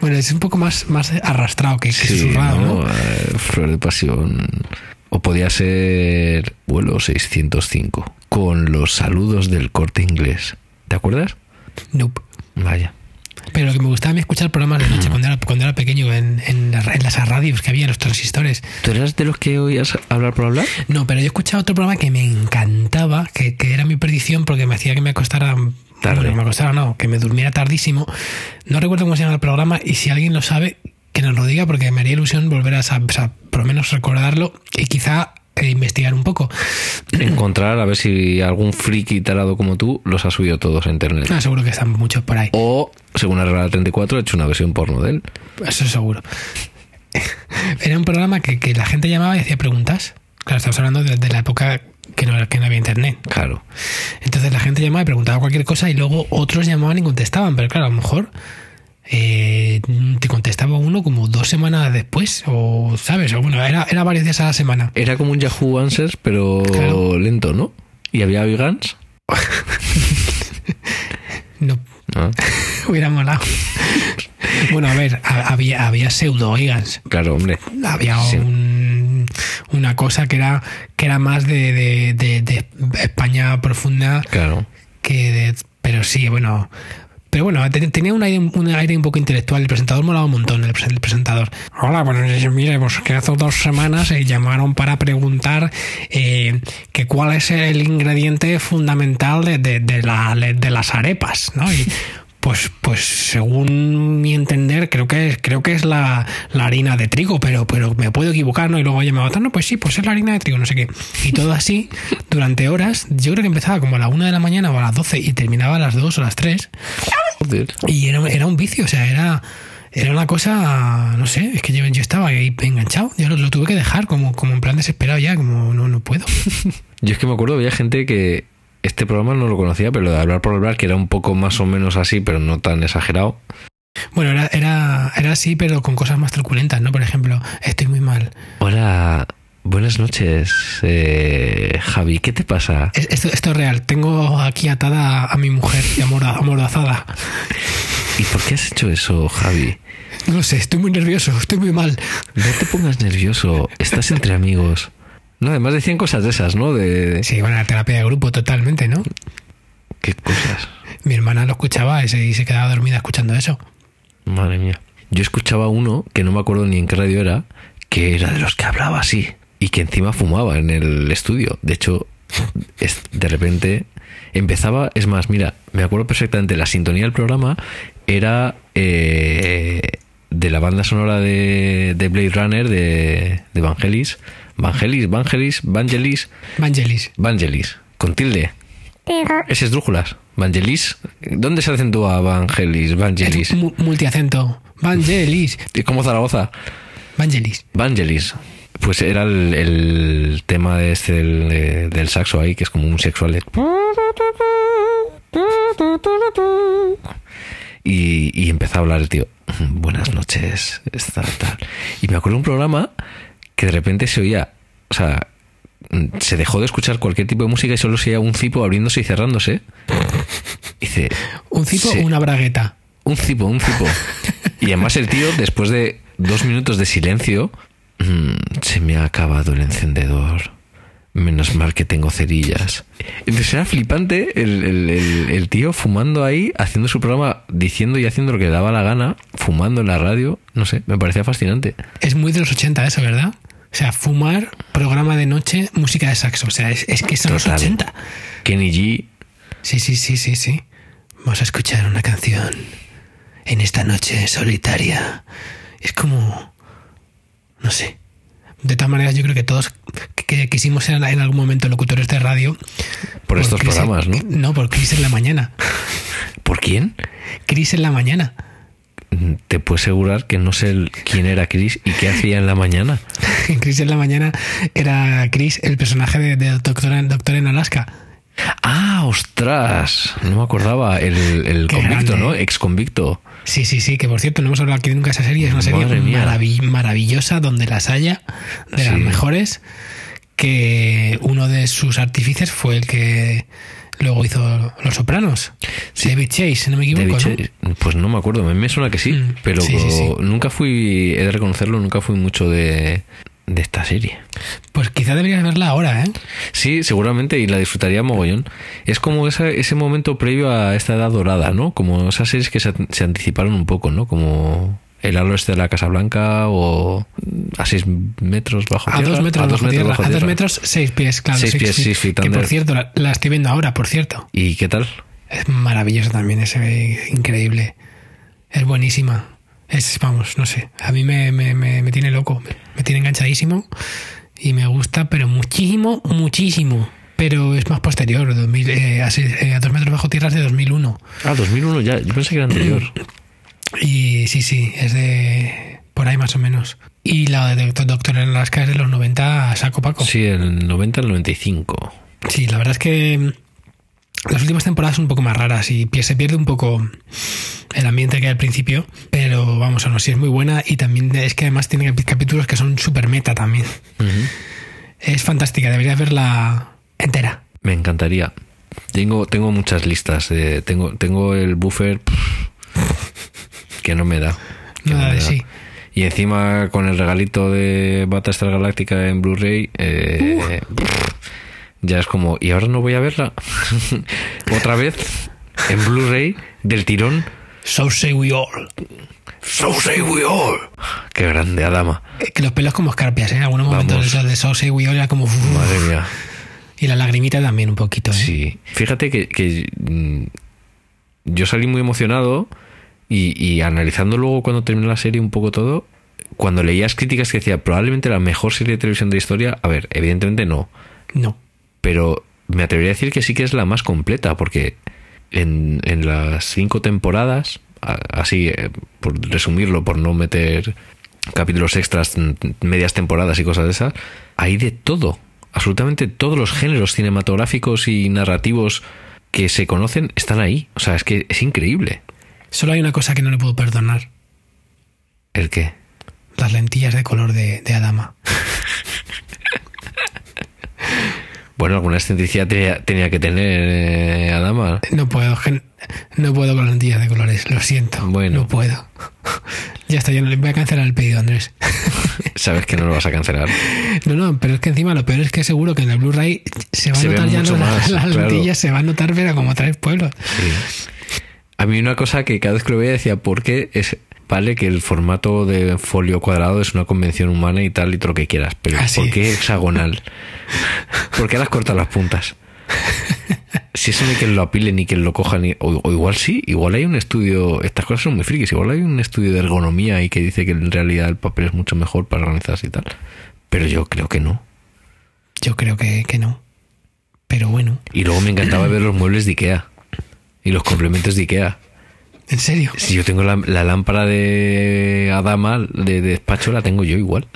S2: bueno es un poco más, más arrastrado que, que susurrado ¿no?
S1: Eh, Flor de Pasión. O podría ser vuelo 605 con los saludos del corte inglés. ¿Te acuerdas?
S2: Nope.
S1: Vaya.
S2: Pero lo que me gustaba a mí escuchar programas de noche cuando era, cuando era pequeño en, en las- en las radios que había, los transistores.
S1: ¿Tú eras de los que oías hablar por hablar?
S2: No, pero yo escuchaba otro programa que me encantaba, que, que era mi perdición porque me hacía que me acostara
S1: Tarde.
S2: bueno, me acostara no, que me durmiera tardísimo. No recuerdo cómo se llama el programa y si alguien lo sabe, que nos lo diga porque me haría ilusión volver a, sab- o sea, por lo menos recordarlo y quizá eh, investigar un poco.
S1: Encontrar a ver si algún friki tarado como tú los ha subido todos a internet.
S2: Ah, seguro que están muchos por ahí.
S1: O, según la regla 34, he hecho una versión porno de él.
S2: Eso seguro. Era un programa que, que la gente llamaba y hacía preguntas. Claro, estamos hablando de, de la época que no, que no había internet.
S1: Claro.
S2: Entonces la gente llamaba y preguntaba cualquier cosa y luego otros llamaban y contestaban. Pero claro, a lo mejor eh, te contestaba uno como dos semanas después o, ¿sabes? O bueno, era, era varios días a la semana.
S1: Era como un Yahoo Answers, pero
S2: Claro.
S1: lento, ¿no? ¿Y había vegans?
S2: No,
S1: No.
S2: hubiera molado. bueno, a ver, ha- había, había pseudo oigans.
S1: Claro, hombre.
S2: había
S1: Sí.
S2: un- una cosa que era que era más de, de- de- de España profunda
S1: Claro.
S2: que de, pero sí bueno pero bueno te- tenía un aire, un aire un poco intelectual el presentador molaba un montón el, pres- el presentador hola bueno mire pues que hace dos semanas eh, llamaron para preguntar eh, que cuál es el ingrediente fundamental de, de- de la- de las arepas no y pues, pues según mi entender, creo que es, creo que es la, la harina de trigo, pero, pero me puedo equivocar, ¿no? Y luego llamaba tal, no, pues sí, pues es la harina de trigo, no sé qué. Y todo así, durante horas, yo creo que empezaba como a la una de la mañana o a las 12 y terminaba a las 2 o las 3.
S1: Joder.
S2: Y era, era un vicio, o sea, era, era una cosa, no sé, es que yo, yo estaba ahí enganchado, yo lo, lo tuve que dejar como, como en plan desesperado ya, como no, no puedo.
S1: Yo es que me acuerdo, había gente que este programa no lo conocía, pero lo de hablar por hablar, que era un poco más o menos así, pero no tan exagerado.
S2: Bueno, era, era, era así, pero con cosas más truculentas, ¿no? Por ejemplo, estoy muy mal.
S1: Hola, buenas noches, eh, Javi, ¿qué te pasa?
S2: Es- Esto, esto es real. Tengo aquí atada a mi mujer y amorda- amordazada.
S1: ¿Y por qué has hecho eso, Javi?
S2: No lo sé, estoy muy nervioso, estoy muy mal.
S1: No te pongas nervioso, estás entre amigos. No, además decían cosas de esas, ¿no? De, de-
S2: Sí, bueno, la terapia de grupo totalmente, ¿no?
S1: ¿Qué cosas?
S2: Mi hermana lo escuchaba y se, y se quedaba dormida escuchando eso.
S1: Madre mía. Yo escuchaba uno, que no me acuerdo ni en qué radio era, que era de los que hablaba así y que encima fumaba en el estudio. De hecho, es- de repente empezaba, es más, mira, me acuerdo perfectamente, la sintonía del programa era eh, de la banda sonora de, de Blade Runner de, de Vangelis. Vangelis, Vangelis, Vangelis,
S2: Vangelis.
S1: Vangelis, con tilde. Ese es Drújulas. Vangelis. ¿Dónde se acentúa Vangelis? Vangelis.
S2: Es mu- multiacento. Vangelis.
S1: Es como Zaragoza.
S2: Vangelis.
S1: Vangelis. Pues era el, el tema de este del, de- del saxo ahí, que es como un sexual. Y, y empezó a hablar el tío. "Mm, Buenas noches. esta, tal". Y me acuerdo de un programa que de repente se oía. O sea, mm, se dejó de escuchar cualquier tipo de música y solo se oía un cipo abriéndose y cerrándose. Dice,
S2: ¿Un cipo
S1: Sí.
S2: o una bragueta?
S1: un cipo, un cipo. Y además el tío, después de dos minutos de silencio, "Mm, se me ha acabado el encendedor. Menos mal que tengo cerillas. Entonces era flipante el, el- el- el tío fumando ahí, haciendo su programa, diciendo y haciendo lo que le daba la gana, fumando en la radio. No sé, me parecía fascinante.
S2: Es muy de los 80 eso, ¿verdad? O sea, fumar, programa de noche, música de saxo. O sea, es, es que son
S1: Total.
S2: los 80.
S1: Kenny G.
S2: Sí, sí, sí, sí, sí. Vamos a escuchar una canción en esta noche solitaria. Es como... No sé. De todas maneras, yo creo que todos que, que quisimos ser en algún momento locutores de radio...
S1: Por estos
S2: Chris en-
S1: programas, ¿no?
S2: No, por Chris en la mañana.
S1: ¿Por quién?
S2: Chris en la mañana.
S1: Mm, Te puedo asegurar que no sé el- quién era Chris y qué hacía en la mañana.
S2: Chris en la mañana era Chris, el personaje de, de Doctor, en- Doctor en Alaska.
S1: Ah, ostras. No me acordaba. El, el
S2: Qué
S1: convicto,
S2: grande.
S1: ¿no? Ex convicto.
S2: Sí, sí, sí, que por cierto, no hemos hablado aquí nunca de esa serie. Es una serie
S1: Madre mía.
S2: maravi- maravillosa, donde las haya, de
S1: Sí.
S2: las mejores. Que uno de sus artífices fue el que luego hizo Los Sopranos. David Chase, si no me equivoco. ¿no?
S1: Pues no me acuerdo. A mí me suena que sí.
S2: Mm,
S1: Pero
S2: sí, sí, sí.
S1: nunca fui, he de reconocerlo, nunca fui mucho de, de esta serie.
S2: Pues quizá deberías verla ahora, ¿eh?
S1: Sí, seguramente, y la disfrutaría mogollón. Es como esa- ese momento previo a esta edad dorada, ¿no? Como esas series que se, se anticiparon un poco, ¿no? Como el halo este de la Casa Blanca o mm, a seis metros bajo
S2: A
S1: tierra.
S2: dos metros, bajo tierra.
S1: bajo
S2: a dos
S1: tierra.
S2: metros, seis pies, claro.
S1: Seis pies, six feet
S2: Que por
S1: under.
S2: cierto, la, la estoy viendo ahora, por cierto.
S1: ¿Y qué tal?
S2: Es maravillosa también, es eh, increíble. Es buenísima. Es, vamos, no sé. A mí me, me- me- me tiene loco. Me tiene enganchadísimo. Y me gusta, pero muchísimo, muchísimo. Pero es más posterior, 2000, eh, a, seis- eh, a dos metros bajo tierra es de 2001.
S1: Ah, 2001 ya. Yo pensé que era anterior.
S2: Y sí, sí, es de por ahí más o menos. Y la de Doctor, Doctor en Alaska es de los 90 a saco paco.
S1: Sí, el 90 al 95.
S2: Sí, la verdad es que mm, las últimas temporadas son un poco más raras y pie- se pierde un poco el ambiente que hay al principio, pero vamos, aún así es muy buena y también es que además tiene capi- capítulos que son súper meta también. Es fantástica, deberías verla entera.
S1: Me encantaría. Tengo, tengo muchas listas. eh, tengo, tengo el buffer pff, que no me da. que
S2: Nada
S1: no me
S2: de sí.
S1: Y encima con el regalito de Battlestar Galáctica en Blu-ray, eh, pff, ya es como, ¿y ahora no voy a verla? Otra vez en Blu-ray del tirón.
S2: So say we all.
S1: So say we all. Qué grande, Adama.
S2: Eh, Que los pelos como escarpias, ¿eh? En algunos
S1: Vamos.
S2: momentos de, de So say we all era como...
S1: Madre mía.
S2: Y la lagrimita también un poquito, ¿eh?
S1: Sí. Fíjate que, que, mm, yo salí muy emocionado y, y analizando luego cuando terminó la serie un poco todo, cuando leías críticas que decía probablemente la mejor serie de televisión de la historia, a ver, evidentemente no,
S2: No.
S1: pero me atrevería a decir que sí que es la más completa porque en, en las cinco temporadas, a- así eh, por resumirlo, por no meter capítulos extras, mm, medias temporadas y cosas de esas, hay de todo. absolutamente todos los géneros cinematográficos y narrativos que se conocen están ahí. O sea, es que es increíble.
S2: Solo hay una cosa que no le puedo perdonar.
S1: ¿El qué?
S2: Las lentillas de color de, de Adama.
S1: Bueno, alguna excentricidad tenía, tenía que tener eh, Adama.
S2: No puedo, gen- no puedo con las lentillas de colores, lo siento.
S1: Bueno.
S2: No puedo. Ya está, ya no le voy a cancelar el pedido, Andrés.
S1: Sabes que no lo vas a cancelar.
S2: No, no, pero es que encima lo peor es que seguro que en el Blu-ray se va a
S1: Se ve
S2: notar ya
S1: mucho
S2: lo-
S1: más,
S2: las
S1: claro.
S2: lentillas, se va a notar, pero como tres pueblos.
S1: Sí. A mí una cosa que cada vez que lo veía decía, ¿por qué es vale que el formato de folio cuadrado es una convención humana y tal y todo lo que quieras, pero
S2: Ah, sí.
S1: ¿por qué hexagonal? ¿Por qué las cortas las puntas? Si eso ni que lo apile ni que lo coja ni- o, o igual sí, igual hay un estudio, estas cosas son muy frikis, igual hay un estudio de ergonomía y que dice que en realidad el papel es mucho mejor para organizarse y tal, pero yo creo que no.
S2: Yo creo que, que no. Pero bueno,
S1: Y luego me encantaba ver los muebles de Ikea y los complementos de Ikea.
S2: en serio.
S1: Si yo tengo la, la lámpara de Adama de, despacho, la tengo yo igual.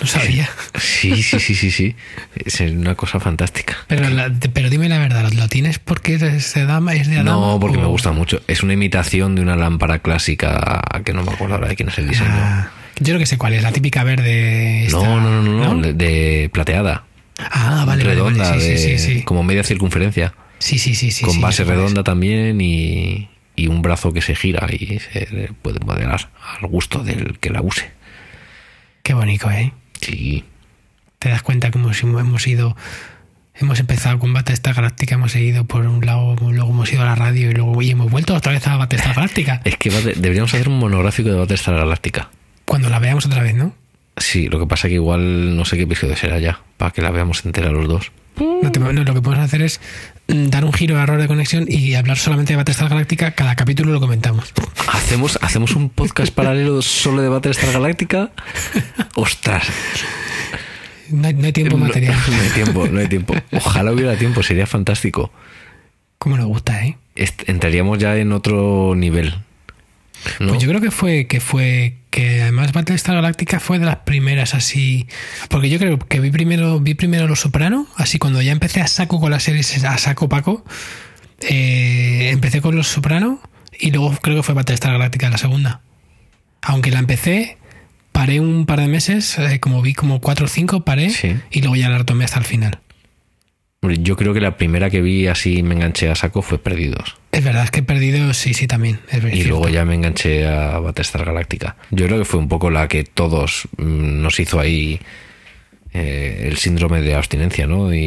S2: No sabía.
S1: Sí, sí, sí, sí, sí. Es una cosa fantástica.
S2: Pero, la- pero dime la verdad, ¿lo tienes porque es de dama? ¿Es de Adama Oh.
S1: No, porque
S2: o-
S1: me gusta mucho. Es una imitación de una lámpara clásica que no me acuerdo ahora de quién es el diseño.
S2: Ah, yo creo que sé cuál es, la típica verde. esta,
S1: no, no, no, no, no, de, de plateada.
S2: Ah, vale, vale, vale,
S1: redonda,
S2: Sí, sí,
S1: de-
S2: sí, sí.
S1: como media circunferencia.
S2: Sí, sí, sí, sí,
S1: con
S2: sí,
S1: base
S2: sé cuál es.
S1: redonda también y, y un brazo que se gira y se le puede modelar al gusto del que la use.
S2: Qué bonito, ¿eh?
S1: Sí,
S2: Te das cuenta como si hemos ido... Hemos empezado con Battlestar Galáctica, hemos seguido por un lado, luego hemos ido a la radio y luego y hemos vuelto otra vez a Battlestar Galáctica.
S1: Es que Bate- deberíamos hacer un monográfico de Battlestar Galáctica.
S2: Cuando la veamos otra vez, ¿no?
S1: Sí, lo que pasa que igual no sé qué episodio será ya, para que la veamos entera los dos.
S2: No te- no, lo que podemos hacer es mm, dar un giro a error de conexión y hablar solamente de Battlestar Galáctica. Cada capítulo lo comentamos.
S1: ¿Hacemos, hacemos un podcast paralelo solo de Battlestar Galáctica? Ostras,
S2: No hay, no hay tiempo
S1: no,
S2: material.
S1: no hay tiempo, no hay tiempo. Ojalá hubiera tiempo, sería fantástico.
S2: Como nos gusta, ¿eh?
S1: Est- entraríamos ya en otro nivel. ¿no?
S2: Pues yo creo que fue que fue que además Battlestar Galáctica fue de las primeras así, porque yo creo que vi primero vi primero Los Soprano, así cuando ya empecé a saco con las series a saco Paco, eh, empecé con Los Soprano y luego creo que fue Battlestar Galáctica la segunda. Aunque la empecé paré un par de meses, eh, como vi como cuatro o cinco paré
S1: Sí.
S2: y luego ya la retomé hasta el final.
S1: Hombre, yo creo que la primera que vi así y me enganché a saco fue Perdidos.
S2: Es verdad es que he perdido sí sí también. es
S1: Y
S2: cierto.
S1: luego ya me enganché a Battlestar Galáctica. Yo creo que fue un poco la que todos mm, nos hizo ahí eh, el síndrome de abstinencia, ¿no? Y,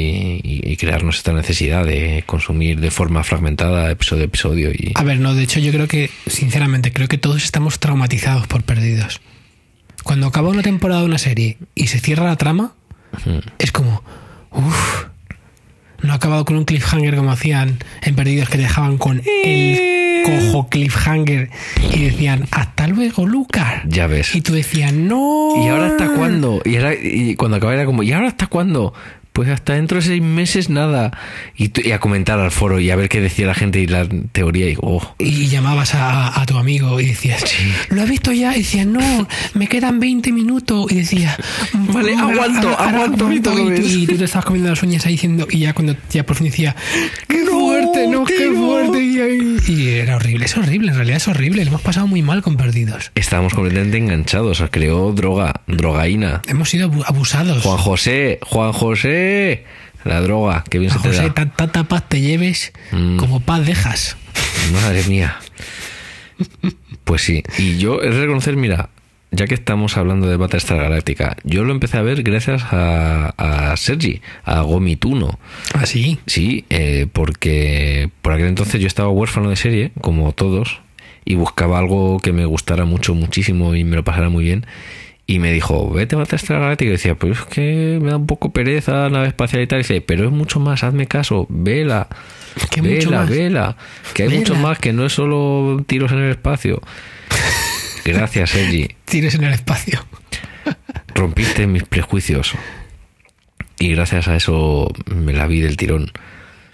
S1: y- y crearnos esta necesidad de consumir de forma fragmentada episodio a episodio. Y
S2: A ver, no, de hecho yo creo que, sinceramente, creo que todos estamos traumatizados por perdidos. Cuando acaba una temporada de una serie y se cierra la trama,
S1: mm,
S2: es como, uff, no ha acabado con un cliffhanger como hacían en Perdidos que dejaban con el cojo cliffhanger y decían, hasta luego, Lucas.
S1: ya ves.
S2: Y tú decías, no.
S1: ¿Y ahora hasta cuándo? Y, ahora- y cuando acababa era como, ¿y ahora hasta cuándo? Pues hasta dentro de seis meses nada. Y, tú- y a comentar al foro y a ver qué decía la gente y la teoría. Y, oh,
S2: Y llamabas a, a tu amigo y decías, ¿lo has visto ya? Y decías, no, me quedan 20 minutos. Y decías,
S1: Vale,
S2: "Ahora-
S1: aguanto,
S2: ahora- ahora
S1: aguanto, ahorita lo
S2: y, tú-
S1: ves".
S2: y tú te estabas comiendo las uñas ahí diciendo, y ya cuando ya por fin decía, ¡qué
S1: No,
S2: fuerte, no, qué
S1: tío.
S2: fuerte! Y, ahí- y era horrible, es horrible, en realidad es horrible. Lo hemos pasado muy mal con perdidos.
S1: estábamos completamente enganchados. O sea, creó droga, drogaína.
S2: Hemos sido abu- abusados.
S1: Juan José, Juan José. La droga, que bien
S2: A
S1: se te
S2: José,
S1: da. Mm.
S2: tan- tanta paz te lleves como paz dejas.
S1: Madre mía. Pues sí. Y yo es reconocer, mira, ya que estamos hablando de Battlestar Galáctica, yo lo empecé a ver gracias a, a Sergi, a Gomituno.
S2: Así.
S1: Sí, eh, porque por aquel entonces yo estaba huérfano de serie, como todos, y buscaba algo que me gustara mucho, muchísimo y me lo pasara muy bien. Y me dijo, vete a Battlestar Galáctica. Y decía, pues es que me da un poco pereza nave espacial y tal. Y dice, pero es mucho más, hazme caso, vela.
S2: Que
S1: vela,
S2: mucho más.
S1: vela. Que hay
S2: Vela.
S1: mucho más, que no es solo tiros en el espacio. Gracias, Sergi
S2: tienes en el espacio.
S1: rompiste mis prejuicios. Y gracias a eso me la vi del tirón.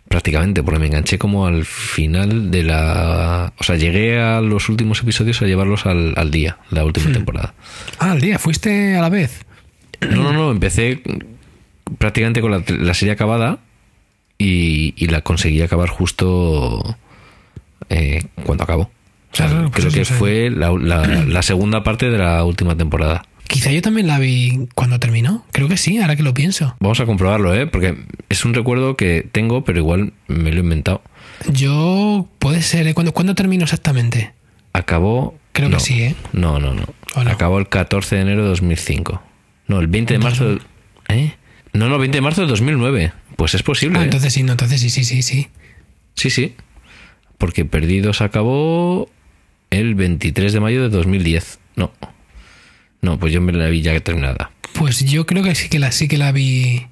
S1: Prácticamente, porque me enganché como al final de la. O sea, llegué a los últimos episodios a llevarlos al, al día, la
S2: Hmm.
S1: última temporada.
S2: Ah, al día, fuiste a la vez.
S1: No, no, no, empecé prácticamente con la, la serie acabada y, y la conseguí acabar justo eh, cuando acabó. O sea,
S2: Claro, pues
S1: creo
S2: eso
S1: que
S2: es el-
S1: fue la, la- la segunda parte de la última temporada.
S2: Quizá yo también la vi cuando terminó. Creo que sí, ahora que lo pienso.
S1: Vamos a comprobarlo, ¿eh? Porque es un recuerdo que tengo, pero igual me lo he inventado.
S2: Yo puede ser, ¿eh? ¿Cuándo, ¿cuándo terminó exactamente?
S1: Acabó.
S2: Creo que
S1: no.
S2: sí, ¿eh?
S1: No, no, no.
S2: ¿O no?
S1: Acabó el 14 de enero de 2005. No, el 20 de marzo. de- ¿Eh? No, no, 20 de marzo de 2009. Pues es posible.
S2: Ah,
S1: ¿eh?
S2: entonces sí, no, entonces sí, sí, sí, sí.
S1: Sí, sí. Porque Perdidos acabó el 23 de mayo de 2010. No. No, pues yo me la vi ya terminada.
S2: Pues yo creo que sí que la, sí que la vi.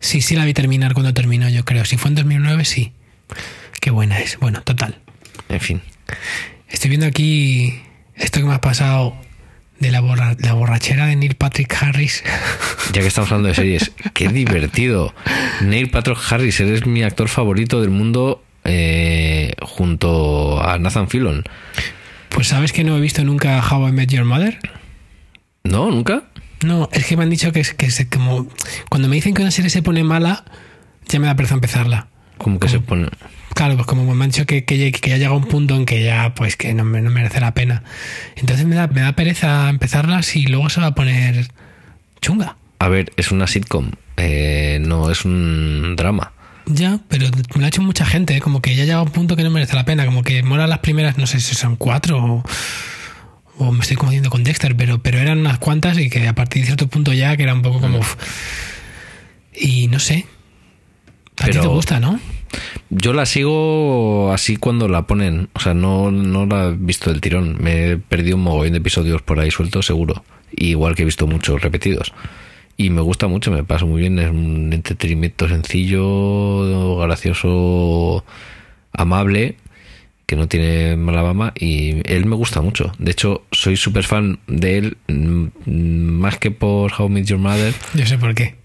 S2: Sí, sí la vi terminar cuando terminó, yo creo. Si fue en 2009, sí. Qué buena es. Bueno, total.
S1: En fin.
S2: Estoy viendo aquí esto que me has pasado de la, borra- la borrachera de Neil Patrick Harris.
S1: Ya que estamos hablando de series, qué divertido. Neil Patrick Harris, eres mi actor favorito del mundo eh, junto a Nathan Fillon.
S2: Pues sabes que no he visto nunca How I Met Your Mother.
S1: ¿No? ¿Nunca?
S2: No, es que me han dicho que es que se, como cuando me dicen que una serie se pone mala, ya me da pereza empezarla.
S1: Como que se pone...
S2: Claro, pues como me han dicho que, que, ya- que ya llega un punto en que ya, pues que no, me- no merece la pena. Entonces me da, me da pereza empezarla si luego se va a poner chunga.
S1: A ver, es una sitcom, eh, no es un drama.
S2: Ya, pero me lo ha hecho mucha gente, ¿eh? como que ya llega un punto que no merece la pena, como que mola las primeras, no sé si son cuatro o, o me estoy confundiendo con Dexter, pero, pero eran unas cuantas y que a partir de cierto punto ya que era un poco como...
S1: Mm.
S2: uf. y no sé. A ti
S1: Pero-
S2: te gusta, ¿no?
S1: Yo la sigo así cuando la ponen, o sea, no, no la he visto del tirón. Me he perdido un mogollón de episodios por ahí sueltos, seguro. Igual que he visto muchos repetidos. Y me gusta mucho, me paso muy bien. Es un entretenimiento sencillo, gracioso, amable, que no tiene mala mama. Y él me gusta mucho. De hecho, soy súper fan de él, mm, más que por How I Met Your Mother,
S2: Yo sé por qué.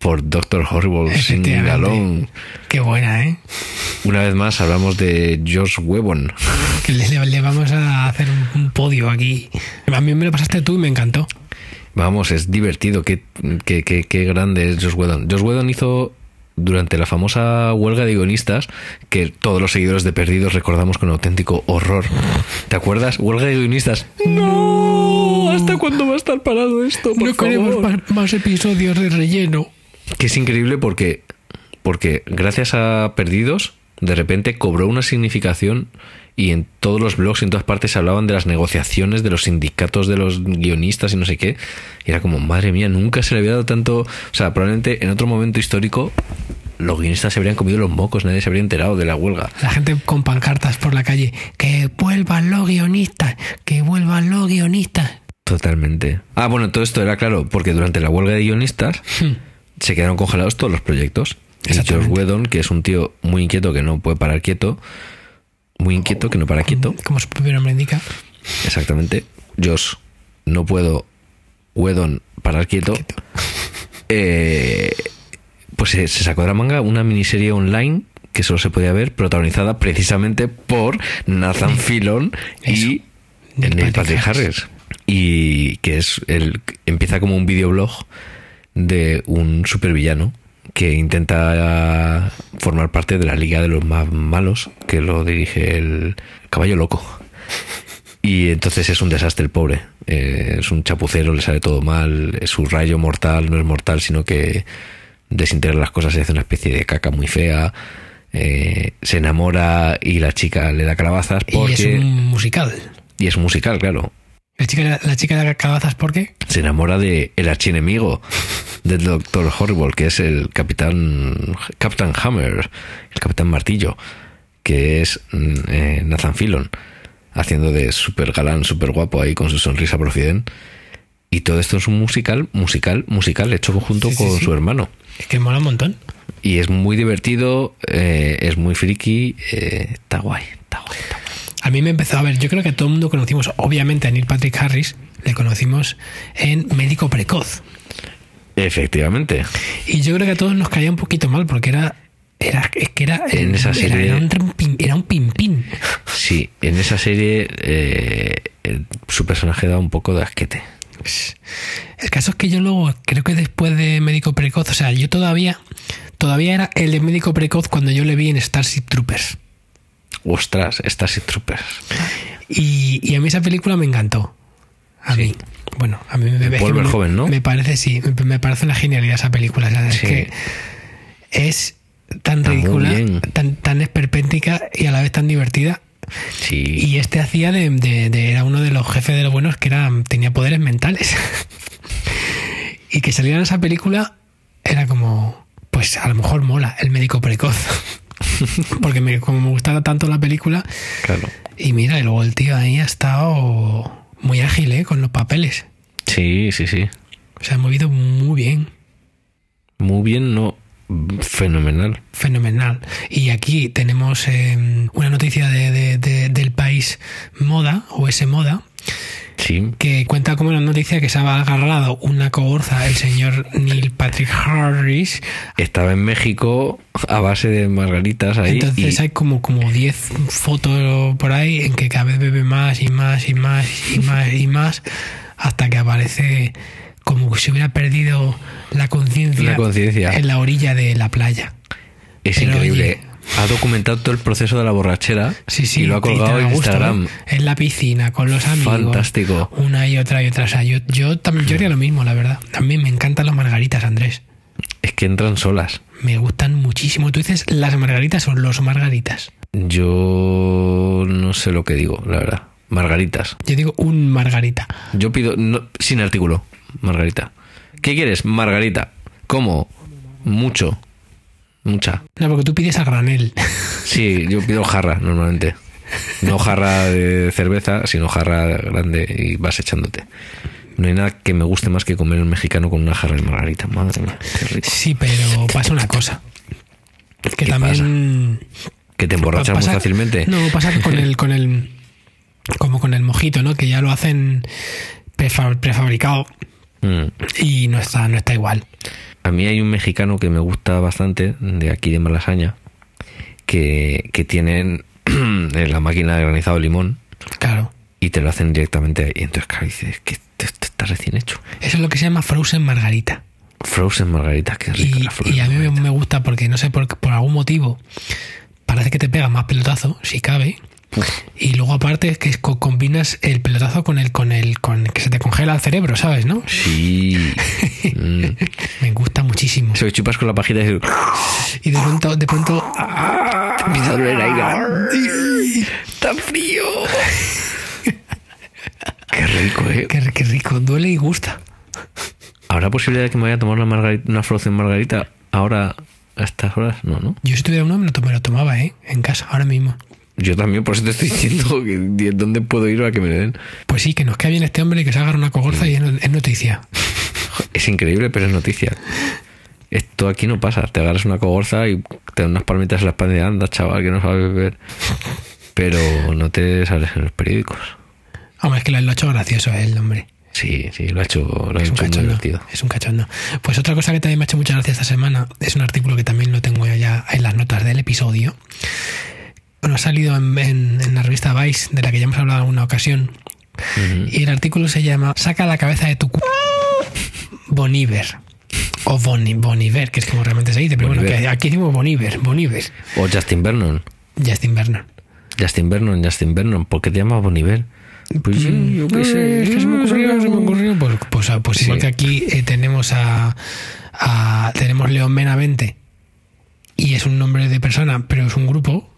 S1: por Doctor Horrible, pues Sin
S2: Efectivamente.
S1: Alone.
S2: Qué buena, ¿eh?
S1: Una vez más hablamos de George Webon.
S2: Que le, le- le vamos a hacer un, un podio aquí. A mí me lo pasaste tú y me encantó.
S1: Vamos, es divertido, qué, qué- qué- qué grande es George Whedon. George Whedon hizo durante la famosa huelga de guionistas, que todos los seguidores de Perdidos recordamos con auténtico horror. ¿Te acuerdas? Huelga de guionistas. No, ¿hasta cuándo va a estar parado esto? Por
S2: no queremos
S1: favor?
S2: más, más episodios de relleno.
S1: Que es increíble porque, porque gracias a Perdidos, de repente cobró una significación y en todos los blogs y en todas partes se hablaban de las negociaciones de los sindicatos de los guionistas y no sé qué. Y era como, madre mía, nunca se le había dado tanto. O sea, probablemente en otro momento histórico los guionistas se habrían comido los mocos, nadie se habría enterado de la huelga.
S2: La gente con pancartas por la calle. Que vuelvan los guionistas. Que vuelvan los guionistas.
S1: Totalmente. Ah, bueno, todo esto era claro, porque durante la huelga de guionistas
S2: Hmm.
S1: se quedaron congelados todos los proyectos. Y George
S2: Exactamente.
S1: Whedon, que es un tío muy inquieto que no puede parar quieto, muy inquieto que no para quieto,
S2: Como su propio nombre indica.
S1: exactamente. George, no puedo, Whedon, parar quieto. Eh, pues se, se sacó de la manga una miniserie online que solo se podía ver, protagonizada precisamente por Nathan Filon y
S2: Neil
S1: Neil
S2: Patrick
S1: Patrick Harris. Y que es el empieza como un videoblog de un supervillano que intenta formar parte de la Liga de los más malos, que lo dirige el caballo loco. Y entonces es un desastre el pobre. Eh, es un chapucero, le sale todo mal. eh, Su rayo mortal no es mortal, sino que desintegra las cosas y hace una especie de caca muy fea. Eh, se enamora y la chica le da calabazas porque.
S2: Y es un musical.
S1: y es un musical, claro.
S2: La chica, la chica de calabazas, ¿por qué?
S1: Se enamora de el archienemigo del Doctor Horrible, que es el Capitán Captain Hammer, el Capitán Martillo, que es mm, eh, Nathan Fillon, haciendo de super galán, super guapo ahí con su sonrisa profiden. Y todo esto es un musical, musical, musical, hecho junto
S2: Sí, sí,
S1: con
S2: sí.
S1: su hermano.
S2: Es que mola un montón.
S1: Y es muy divertido, eh, es muy friki, eh, está guay, está guay, está guay.
S2: A mí me empezó a ver, yo creo que todo el mundo conocimos, obviamente a Neil Patrick Harris, le conocimos en Médico Precoz.
S1: Efectivamente.
S2: Y yo creo que a todos nos caía un poquito mal porque era. Era, es que era,
S1: En esa
S2: era-
S1: serie-
S2: era un, pim- era un pimpín.
S1: Sí, en esa serie eh, el- su personaje da un poco de asquete.
S2: Es que eso es que yo luego, creo que después de Médico Precoz, o sea, yo todavía, todavía era el de Médico Precoz cuando yo le vi en Starship Troopers.
S1: Ostras, Starship Troopers.
S2: Y, y a mí esa película me encantó. A
S1: Sí.
S2: mí. Bueno, a mí me, me-
S1: Volver
S2: me-
S1: joven, ¿no?
S2: Me parece, sí, me, me parece una genialidad esa película. o sea, es
S1: Sí.
S2: que es tan
S1: Está muy
S2: ridícula,
S1: bien.
S2: tan, tan esperpéntica y a la vez tan divertida.
S1: Sí.
S2: Y este hacía de, de- de- era uno de los jefes de los buenos que era, tenía poderes mentales. y que saliera en esa película era como, pues a lo mejor mola el médico precoz. Porque me- como me gustaba tanto la película,
S1: Claro.
S2: y mira, y luego el tío ahí ha estado muy ágil, ¿eh? Con los papeles.
S1: Sí, sí, sí.
S2: Se ha movido muy bien.
S1: Muy bien, no. Fenomenal.
S2: Fenomenal. Y aquí tenemos eh, una noticia de- de- de- del país Moda, o ese Moda,
S1: Sí.
S2: que cuenta como una noticia que se había agarrado una coborza el señor Neil Patrick Harris.
S1: Estaba en México a base de margaritas ahí.
S2: Entonces
S1: y-
S2: hay como como 10 fotos por ahí en que cada vez bebe más y más y más y más y más hasta que aparece como si hubiera perdido la conciencia
S1: La conciencia.
S2: en la orilla de la playa.
S1: Es
S2: Pero
S1: increíble.
S2: oye.
S1: Ha documentado todo el proceso de la borrachera
S2: Sí, sí.
S1: y lo ha
S2: te- te
S1: colgado
S2: da
S1: en
S2: gusto,
S1: Instagram.
S2: ¿eh? En la piscina, con los amigos.
S1: Fantástico.
S2: Una y otra y otra. O sea, yo, yo también yo haría lo mismo, la verdad. También me encantan las margaritas, Andrés.
S1: Es que entran solas.
S2: Me gustan muchísimo. Tú dices las margaritas o los margaritas.
S1: Yo no sé lo que digo, la verdad. Margaritas.
S2: Yo digo un margarita.
S1: Yo pido no- sin artículo. Margarita. ¿Qué quieres? Margarita. ¿Cómo? Mucho. Mucha.
S2: No, porque tú pides a granel.
S1: Sí, yo pido jarra normalmente. No jarra de cerveza, sino jarra grande y vas echándote. No hay nada que me guste más que comer un mexicano con una jarra de margarita. Madre mía, qué rico.
S2: Sí, pero pasa una cosa. Que
S1: ¿Qué
S2: también.
S1: Que te emborrachas muy
S2: pasa-
S1: fácilmente.
S2: No, pasa con el, con el. Como con el mojito, ¿no? Que ya lo hacen prefa- prefabricado
S1: Mm.
S2: y no está, no está igual.
S1: A mí hay un mexicano que me gusta bastante, de aquí de Malasaña, que, que tienen en la máquina de granizado de limón
S2: Claro.
S1: y te lo hacen directamente ahí. Y entonces, claro, dices, que esto, esto está recién hecho.
S2: Eso es lo que se llama frozen margarita.
S1: Frozen margarita, qué rico.
S2: Y,
S1: la frozen
S2: y a mí me,
S1: margarita.
S2: me gusta porque, no sé, por, por algún motivo, parece que te pega más pelotazo, si cabe. Y luego aparte es que co- combinas el pelotazo con el, con el con que se te congela el cerebro, ¿sabes? ¿No?
S1: Sí. Mm.
S2: Me gusta muchísimo.
S1: Se lo chupas con la pajita y dices,
S2: Y de pronto, de pronto, ah,
S1: te empieza a doler ahí. ¡Está frío! ¡Qué rico, eh!
S2: qué, qué rico, duele y gusta.
S1: ¿Habrá posibilidad de que me vaya a tomar una, margarita, una frozen margarita ahora a estas horas? No, ¿no?
S2: Yo si tuviera uno me lo, to- me lo tomaba, ¿eh? En casa, ahora mismo.
S1: Yo también, por eso te estoy diciendo que, de dónde puedo ir a que me den.
S2: Pues sí, que nos queda bien este hombre y que se agarra una cogorza y es no- es noticia.
S1: Es increíble, pero es noticia. Esto aquí no pasa. Te agarras una cogorza y te dan unas palmitas en la espalda y andas, chaval, que no sabes beber. Pero no te sales en los periódicos.
S2: Hombre, es que lo, lo ha hecho gracioso el hombre.
S1: Sí, sí, lo ha hecho, lo ha
S2: Es
S1: hecho
S2: un
S1: muy
S2: cachondo.
S1: divertido.
S2: Es un cachondo. Pues otra cosa que también me ha hecho mucha gracia esta semana es un artículo que también lo tengo ya en las notas del episodio. Bueno, ha salido en, en- en la revista Vice, de la que ya hemos hablado en alguna ocasión. Y el artículo se llama Saca la cabeza de tu cu. Boniver. O Boni- Boniver, que es como realmente se dice. Pero
S1: Bon
S2: bueno,
S1: Iver.
S2: que aquí decimos Boniver, Boniver.
S1: O Justin Vernon.
S2: Justin Vernon.
S1: Justin Vernon, Justin Vernon. ¿Por qué te llamas Boniver? Pues yo, yo qué sé.
S2: Es que se me ocurrió, se me ocurrió. Pues, pues, ah, pues igual que aquí eh, tenemos a, a- tenemos León Benavente y es un nombre de persona, pero es un grupo.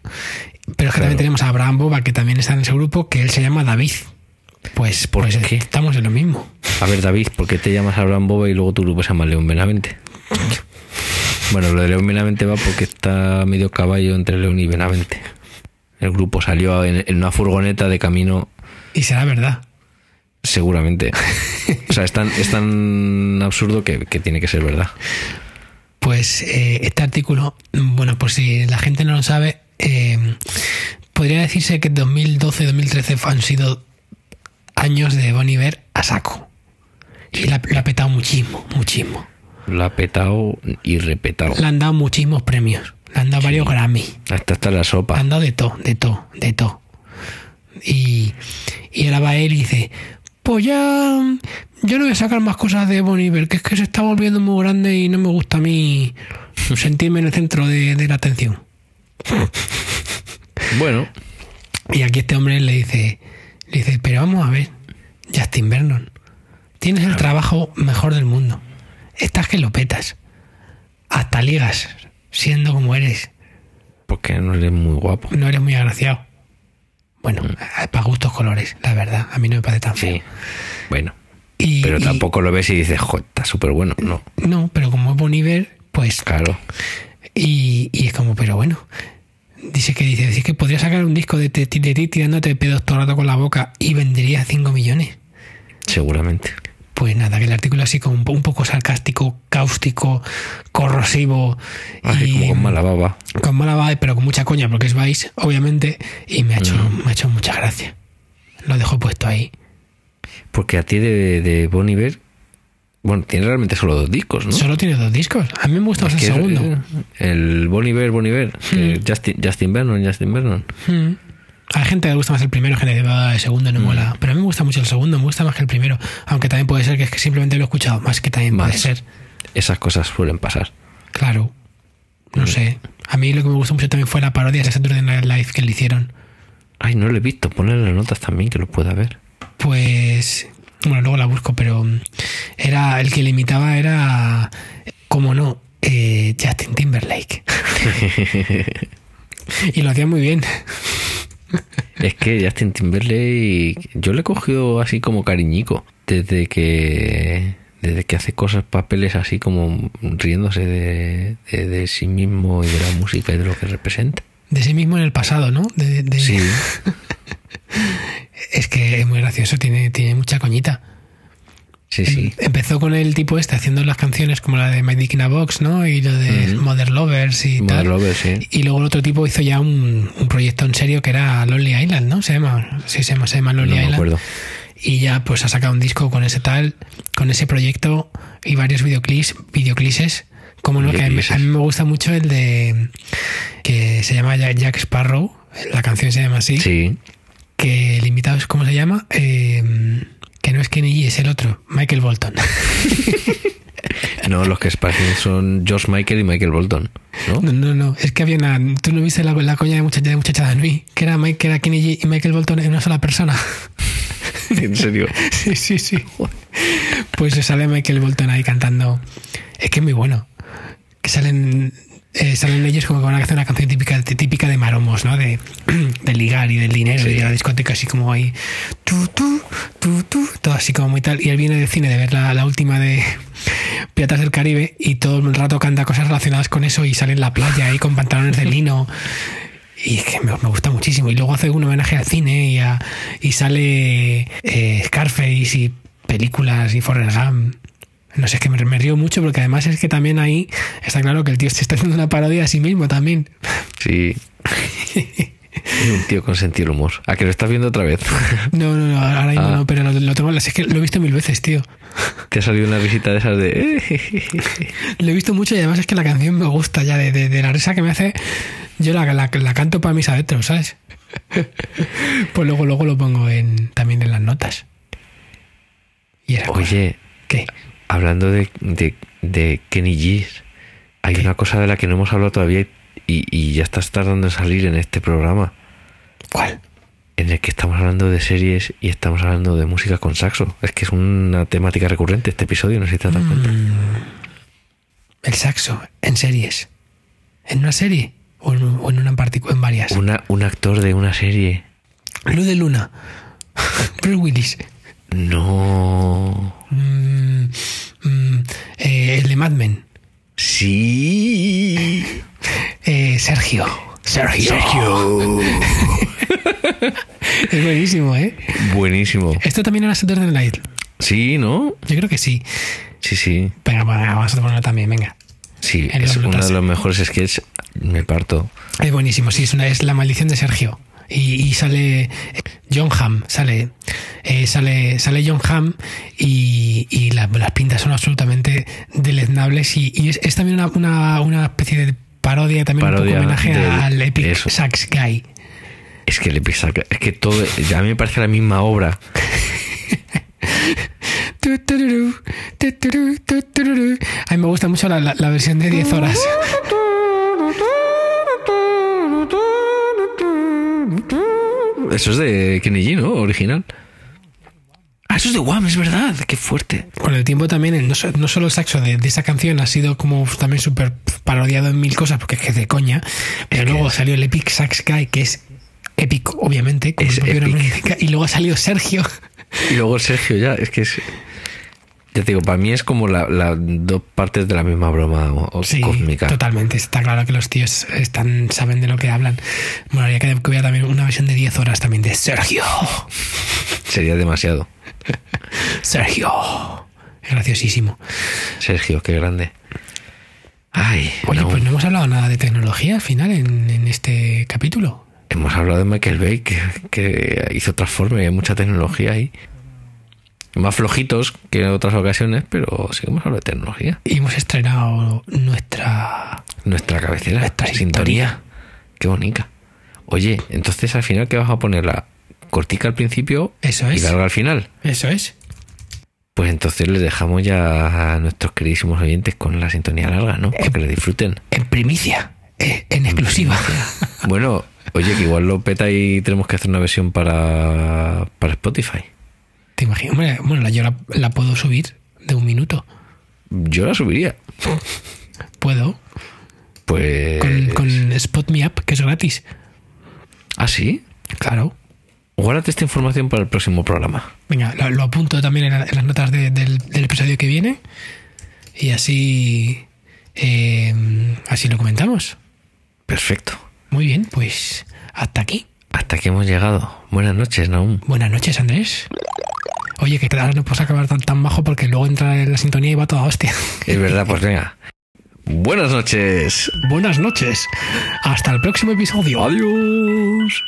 S2: Pero es que también
S1: Claro.
S2: tenemos a Abraham Boba, que también está en ese grupo, que él se llama David. Pues,
S1: ¿Por
S2: pues, eh,
S1: qué?
S2: estamos en lo mismo.
S1: A ver, David, ¿por qué te llamas Abraham Boba y luego tu grupo se llama León Benavente? Bueno, lo de León Benavente va porque está medio caballo entre León y Benavente. El grupo salió en, en una furgoneta de camino,
S2: Y será verdad.
S1: seguramente. O sea, es tan, es tan absurdo que, que tiene que ser verdad.
S2: Pues eh, este artículo, bueno, pues si la gente no lo sabe, eh, podría decirse que 2012-2013 han sido años de Bon Iver a saco. Y la, la ha petado muchísimo, muchísimo.
S1: Lo ha petado y repetado.
S2: Le han dado muchísimos premios. Le han dado varios Grammy.
S1: Hasta está la
S2: Le
S1: sopa.
S2: han dado de todo, de todo, de todo. Y, y ahora va él y dice, pues ya Yo no voy a sacar más cosas de Bon Iver, que es que se está volviendo muy grande y no me gusta a mí sentirme en el centro de, de la atención.
S1: Bueno,
S2: Y aquí este hombre le dice, le dice, pero vamos a ver, Justin Vernon, tienes el trabajo mejor del mundo. Estás que lo petas. Hasta ligas, siendo como eres.
S1: porque no eres muy guapo.
S2: No eres muy agraciado. Bueno, para gustos colores, la verdad. A mí no me parece tan feo.
S1: Mm. Sí. Bueno,
S2: Y-
S1: pero
S2: y-
S1: tampoco lo ves y dices, jo, está súper bueno. No,
S2: No, pero como es Boniver, pues
S1: claro.
S2: Y, y es como, pero bueno. Dice que dice, dice que podría sacar un disco de, te- de ti tirándote pedos todo el rato con la boca y vendería 5 millones.
S1: Seguramente.
S2: Pues nada, que el artículo así como un, po- un poco sarcástico, cáustico, corrosivo
S1: Así
S2: y
S1: Ah, como con mala baba.
S2: con mala vibe, pero con mucha coña porque es Vice, obviamente, y me ha hecho,
S1: Mm.
S2: me ha hecho mucha gracia. Lo dejo puesto ahí.
S1: Porque a ti de, de Bon Iver, bueno, tiene realmente solo dos discos, ¿no?
S2: Solo tiene dos discos. A mí me gusta más el
S1: Que ¿Mm? es,
S2: segundo. Hmm.
S1: eh, El Bon Iver, Bon Iver, que Justin, Justin Vernon, Justin Vernon.
S2: Mm. Hay gente que le gusta más el primero, gente que va el segundo
S1: Mm.
S2: no mola. Pero a mí me gusta mucho el segundo, me gusta más que el primero. Aunque también puede ser que es que simplemente lo he escuchado más, que también
S1: Más.
S2: puede ser.
S1: Esas cosas suelen pasar.
S2: Claro. No sé. A mí lo que me gustó mucho también fue la parodia de Saturday Night Live que le hicieron.
S1: Ay, no lo he visto. Ponle las notas también que lo pueda ver.
S2: Pues. Bueno, luego la busco, pero. mm, Era. El que le imitaba era. Como no. eh, Justin Timberlake. y lo hacía muy bien.
S1: Es que Justin Timberlake, yo le he cogido así como cariñico desde que desde que hace cosas, papeles así como riéndose de, de- de sí mismo y de la música y de lo que representa.
S2: De sí mismo en el pasado, ¿no? De, de-
S1: Sí,
S2: Es que es muy gracioso, tiene, tiene mucha coñita. Em,
S1: sí, sí.
S2: Empezó con el tipo este haciendo las canciones como la de My Dick in a Box, ¿no? Y lo de
S1: Ujú.
S2: Mother Lovers y
S1: Mother
S2: tal.
S1: Lovers, sí.
S2: Y luego el otro tipo hizo ya un, un proyecto en serio que era Lonely Island, ¿no? Se llama, sí, se llama, se llama
S1: No
S2: Lonely
S1: me
S2: Island.
S1: acuerdo.
S2: Y ya pues ha sacado un disco con ese tal, con ese proyecto y varios videoclips, videoclises. Como no, que a mí,
S1: Videoclises.
S2: a mí me gusta mucho el de que se llama Ya- Jack Sparrow, la canción se llama así
S1: Sí,
S2: que el invitado es, ¿cómo se llama? Eh, que no es Kenny G, es el otro, Michael Bolton.
S1: no, los que parecen son George Michael y Michael Bolton, ¿no?
S2: No, no, no, es que había una... Tú no viste la, la coña de muchacha de muchacha de Nui, que era, Mike, que era Kenny G y Michael Bolton en una sola persona.
S1: En serio.
S2: sí, sí, sí. Pues se sale Michael Bolton ahí cantando. Es que es muy bueno. Que salen... eh, salen ellos como que van a hacer una canción típica, típica de maromos, ¿no? De, de ligar y del dinero
S1: Sí.
S2: y de la discoteca, así como ahí, tu, tu, tu, tu, todo así como muy tal. Y él viene del cine de ver la, la última de Piratas del Caribe y todo el rato canta cosas relacionadas con eso y sale en la playa ahí con pantalones de lino. Y es que me, me gusta muchísimo. Y luego hace un homenaje al cine y, a- y sale eh, Scarface y películas y Forrest Gump. No sé, es que me, me río mucho porque además es que también ahí está claro que el tío se está haciendo una parodia a sí mismo también.
S1: Sí. Es un tío con sentido del humor. ¿A que lo estás viendo otra vez?
S2: No, no, no, ahora mismo
S1: Ah.
S2: no, pero lo, lo tengo, es que lo he visto mil veces, tío.
S1: Te ha salido una visita de esas de... "Eh,
S2: Lo he visto mucho y además es que la canción me gusta ya, de, de- de la risa que me hace, yo la, la- la canto para mis adentros, ¿sabes? pues luego, luego lo pongo en, también en las notas. Y era
S1: Oye,
S2: ¿Qué?
S1: Hablando de, de, de Kenny G, hay una cosa de la que no hemos hablado todavía y, y ya estás tardando en salir en este programa,
S2: ¿Cuál?
S1: en el que estamos hablando de series y estamos hablando de música con saxo. Es que es una temática recurrente este episodio, no sé si te has dado cuenta.
S2: El saxo, en series. ¿En una serie? ¿O en, o en una en particular? En varias.
S1: Una, un actor de una serie.
S2: Luz de Luna. Bruce Willis.
S1: No.
S2: Mm, mm, eh, el de Mad Men.
S1: Sí.
S2: Eh, Sergio. Sergio. es buenísimo, ¿eh?
S1: Buenísimo.
S2: Esto también era Saturday Night.
S1: Sí, ¿no?
S2: Yo creo que sí.
S1: Sí, sí.
S2: Venga, venga, vamos a ponerlo también, venga.
S1: Sí,
S2: En
S1: es
S2: las
S1: uno
S2: notas.
S1: de los mejores sketches. Me parto.
S2: Es buenísimo, sí, es, una, es la maldición de Sergio. Y, y sale John Hamm, sale, eh, sale, sale John Hamm y, y la- las pintas son absolutamente deleznables y, y es, es también una, una, una especie de parodia, también un
S1: Parodia
S2: poco homenaje
S1: del-
S2: al Epic
S1: eso.
S2: Sax Guy.
S1: Es que el episodio, es que todo, ya me parece la misma obra.
S2: tu, tururú, tu, tururú, tu, tururú. A mí me gusta mucho la, la- la versión de 10 horas.
S1: Eso es de Kenny G, ¿no? Original. Ah, eso es de Wham, es verdad. Qué fuerte.
S2: Con el tiempo también, el- no, so- no solo el saxo de, de esa canción ha sido como también súper parodiado en mil cosas, porque es que es de coña, pero luego salió el Epic Sax Guy, que es épico, obviamente, como
S1: Es
S2: su propio nombre
S1: epic.
S2: indica, y luego ha salido Sergio.
S1: Y luego Sergio ya, es que es... Ya te digo, para mí es como las dos partes de la misma broma o- o
S2: Sí,
S1: cósmica.
S2: totalmente, está claro que los tíos están saben de lo que hablan. Bueno, habría que que hubiera también una versión de 10 horas también de Sergio.
S1: Sería demasiado.
S2: Sergio. Es graciosísimo.
S1: Sergio, qué grande. Ay,
S2: Oye,
S1: no,
S2: pues no hemos hablado nada de tecnología al final en, en este capítulo.
S1: hemos hablado de Michael Bay, que, que hizo Transformers, y hay mucha tecnología ahí. Más flojitos que en otras ocasiones, pero sí que hemos hablado de tecnología.
S2: Y hemos estrenado nuestra...
S1: Nuestra cabecera,
S2: Nuestra
S1: sintonía. Qué bonita. Oye, entonces al final, ¿qué vas a ponerla? Cortica al principio
S2: Eso
S1: y
S2: es.
S1: larga al final.
S2: Eso es.
S1: Pues entonces les dejamos ya a nuestros queridísimos oyentes con la sintonía larga, ¿no? Para que le disfruten.
S2: En primicia. eh, en exclusiva.
S1: Bueno, oye, que igual lo peta y tenemos que hacer una versión para, para Spotify.
S2: Te imagino. Hombre, Bueno, la, yo la, la puedo subir de un minuto.
S1: Yo la subiría.
S2: Puedo.
S1: Pues.
S2: Con, con Spot Me Up, que es gratis.
S1: ¿Ah, sí?
S2: Claro.
S1: Guárdate esta información para el próximo programa.
S2: Venga, lo, lo apunto también en, la- en las notas de- del, del episodio que viene. Y así. eh, así lo comentamos.
S1: Perfecto.
S2: Muy bien, pues hasta aquí.
S1: Hasta que hemos llegado. Buenas noches, Naum.
S2: Buenas noches, Andrés. Oye, que ahora no puedes acabar tan, tan bajo porque luego entra en la sintonía y va toda hostia.
S1: Es verdad, pues venga. Buenas noches.
S2: Buenas noches. Hasta el próximo episodio.
S1: Adiós.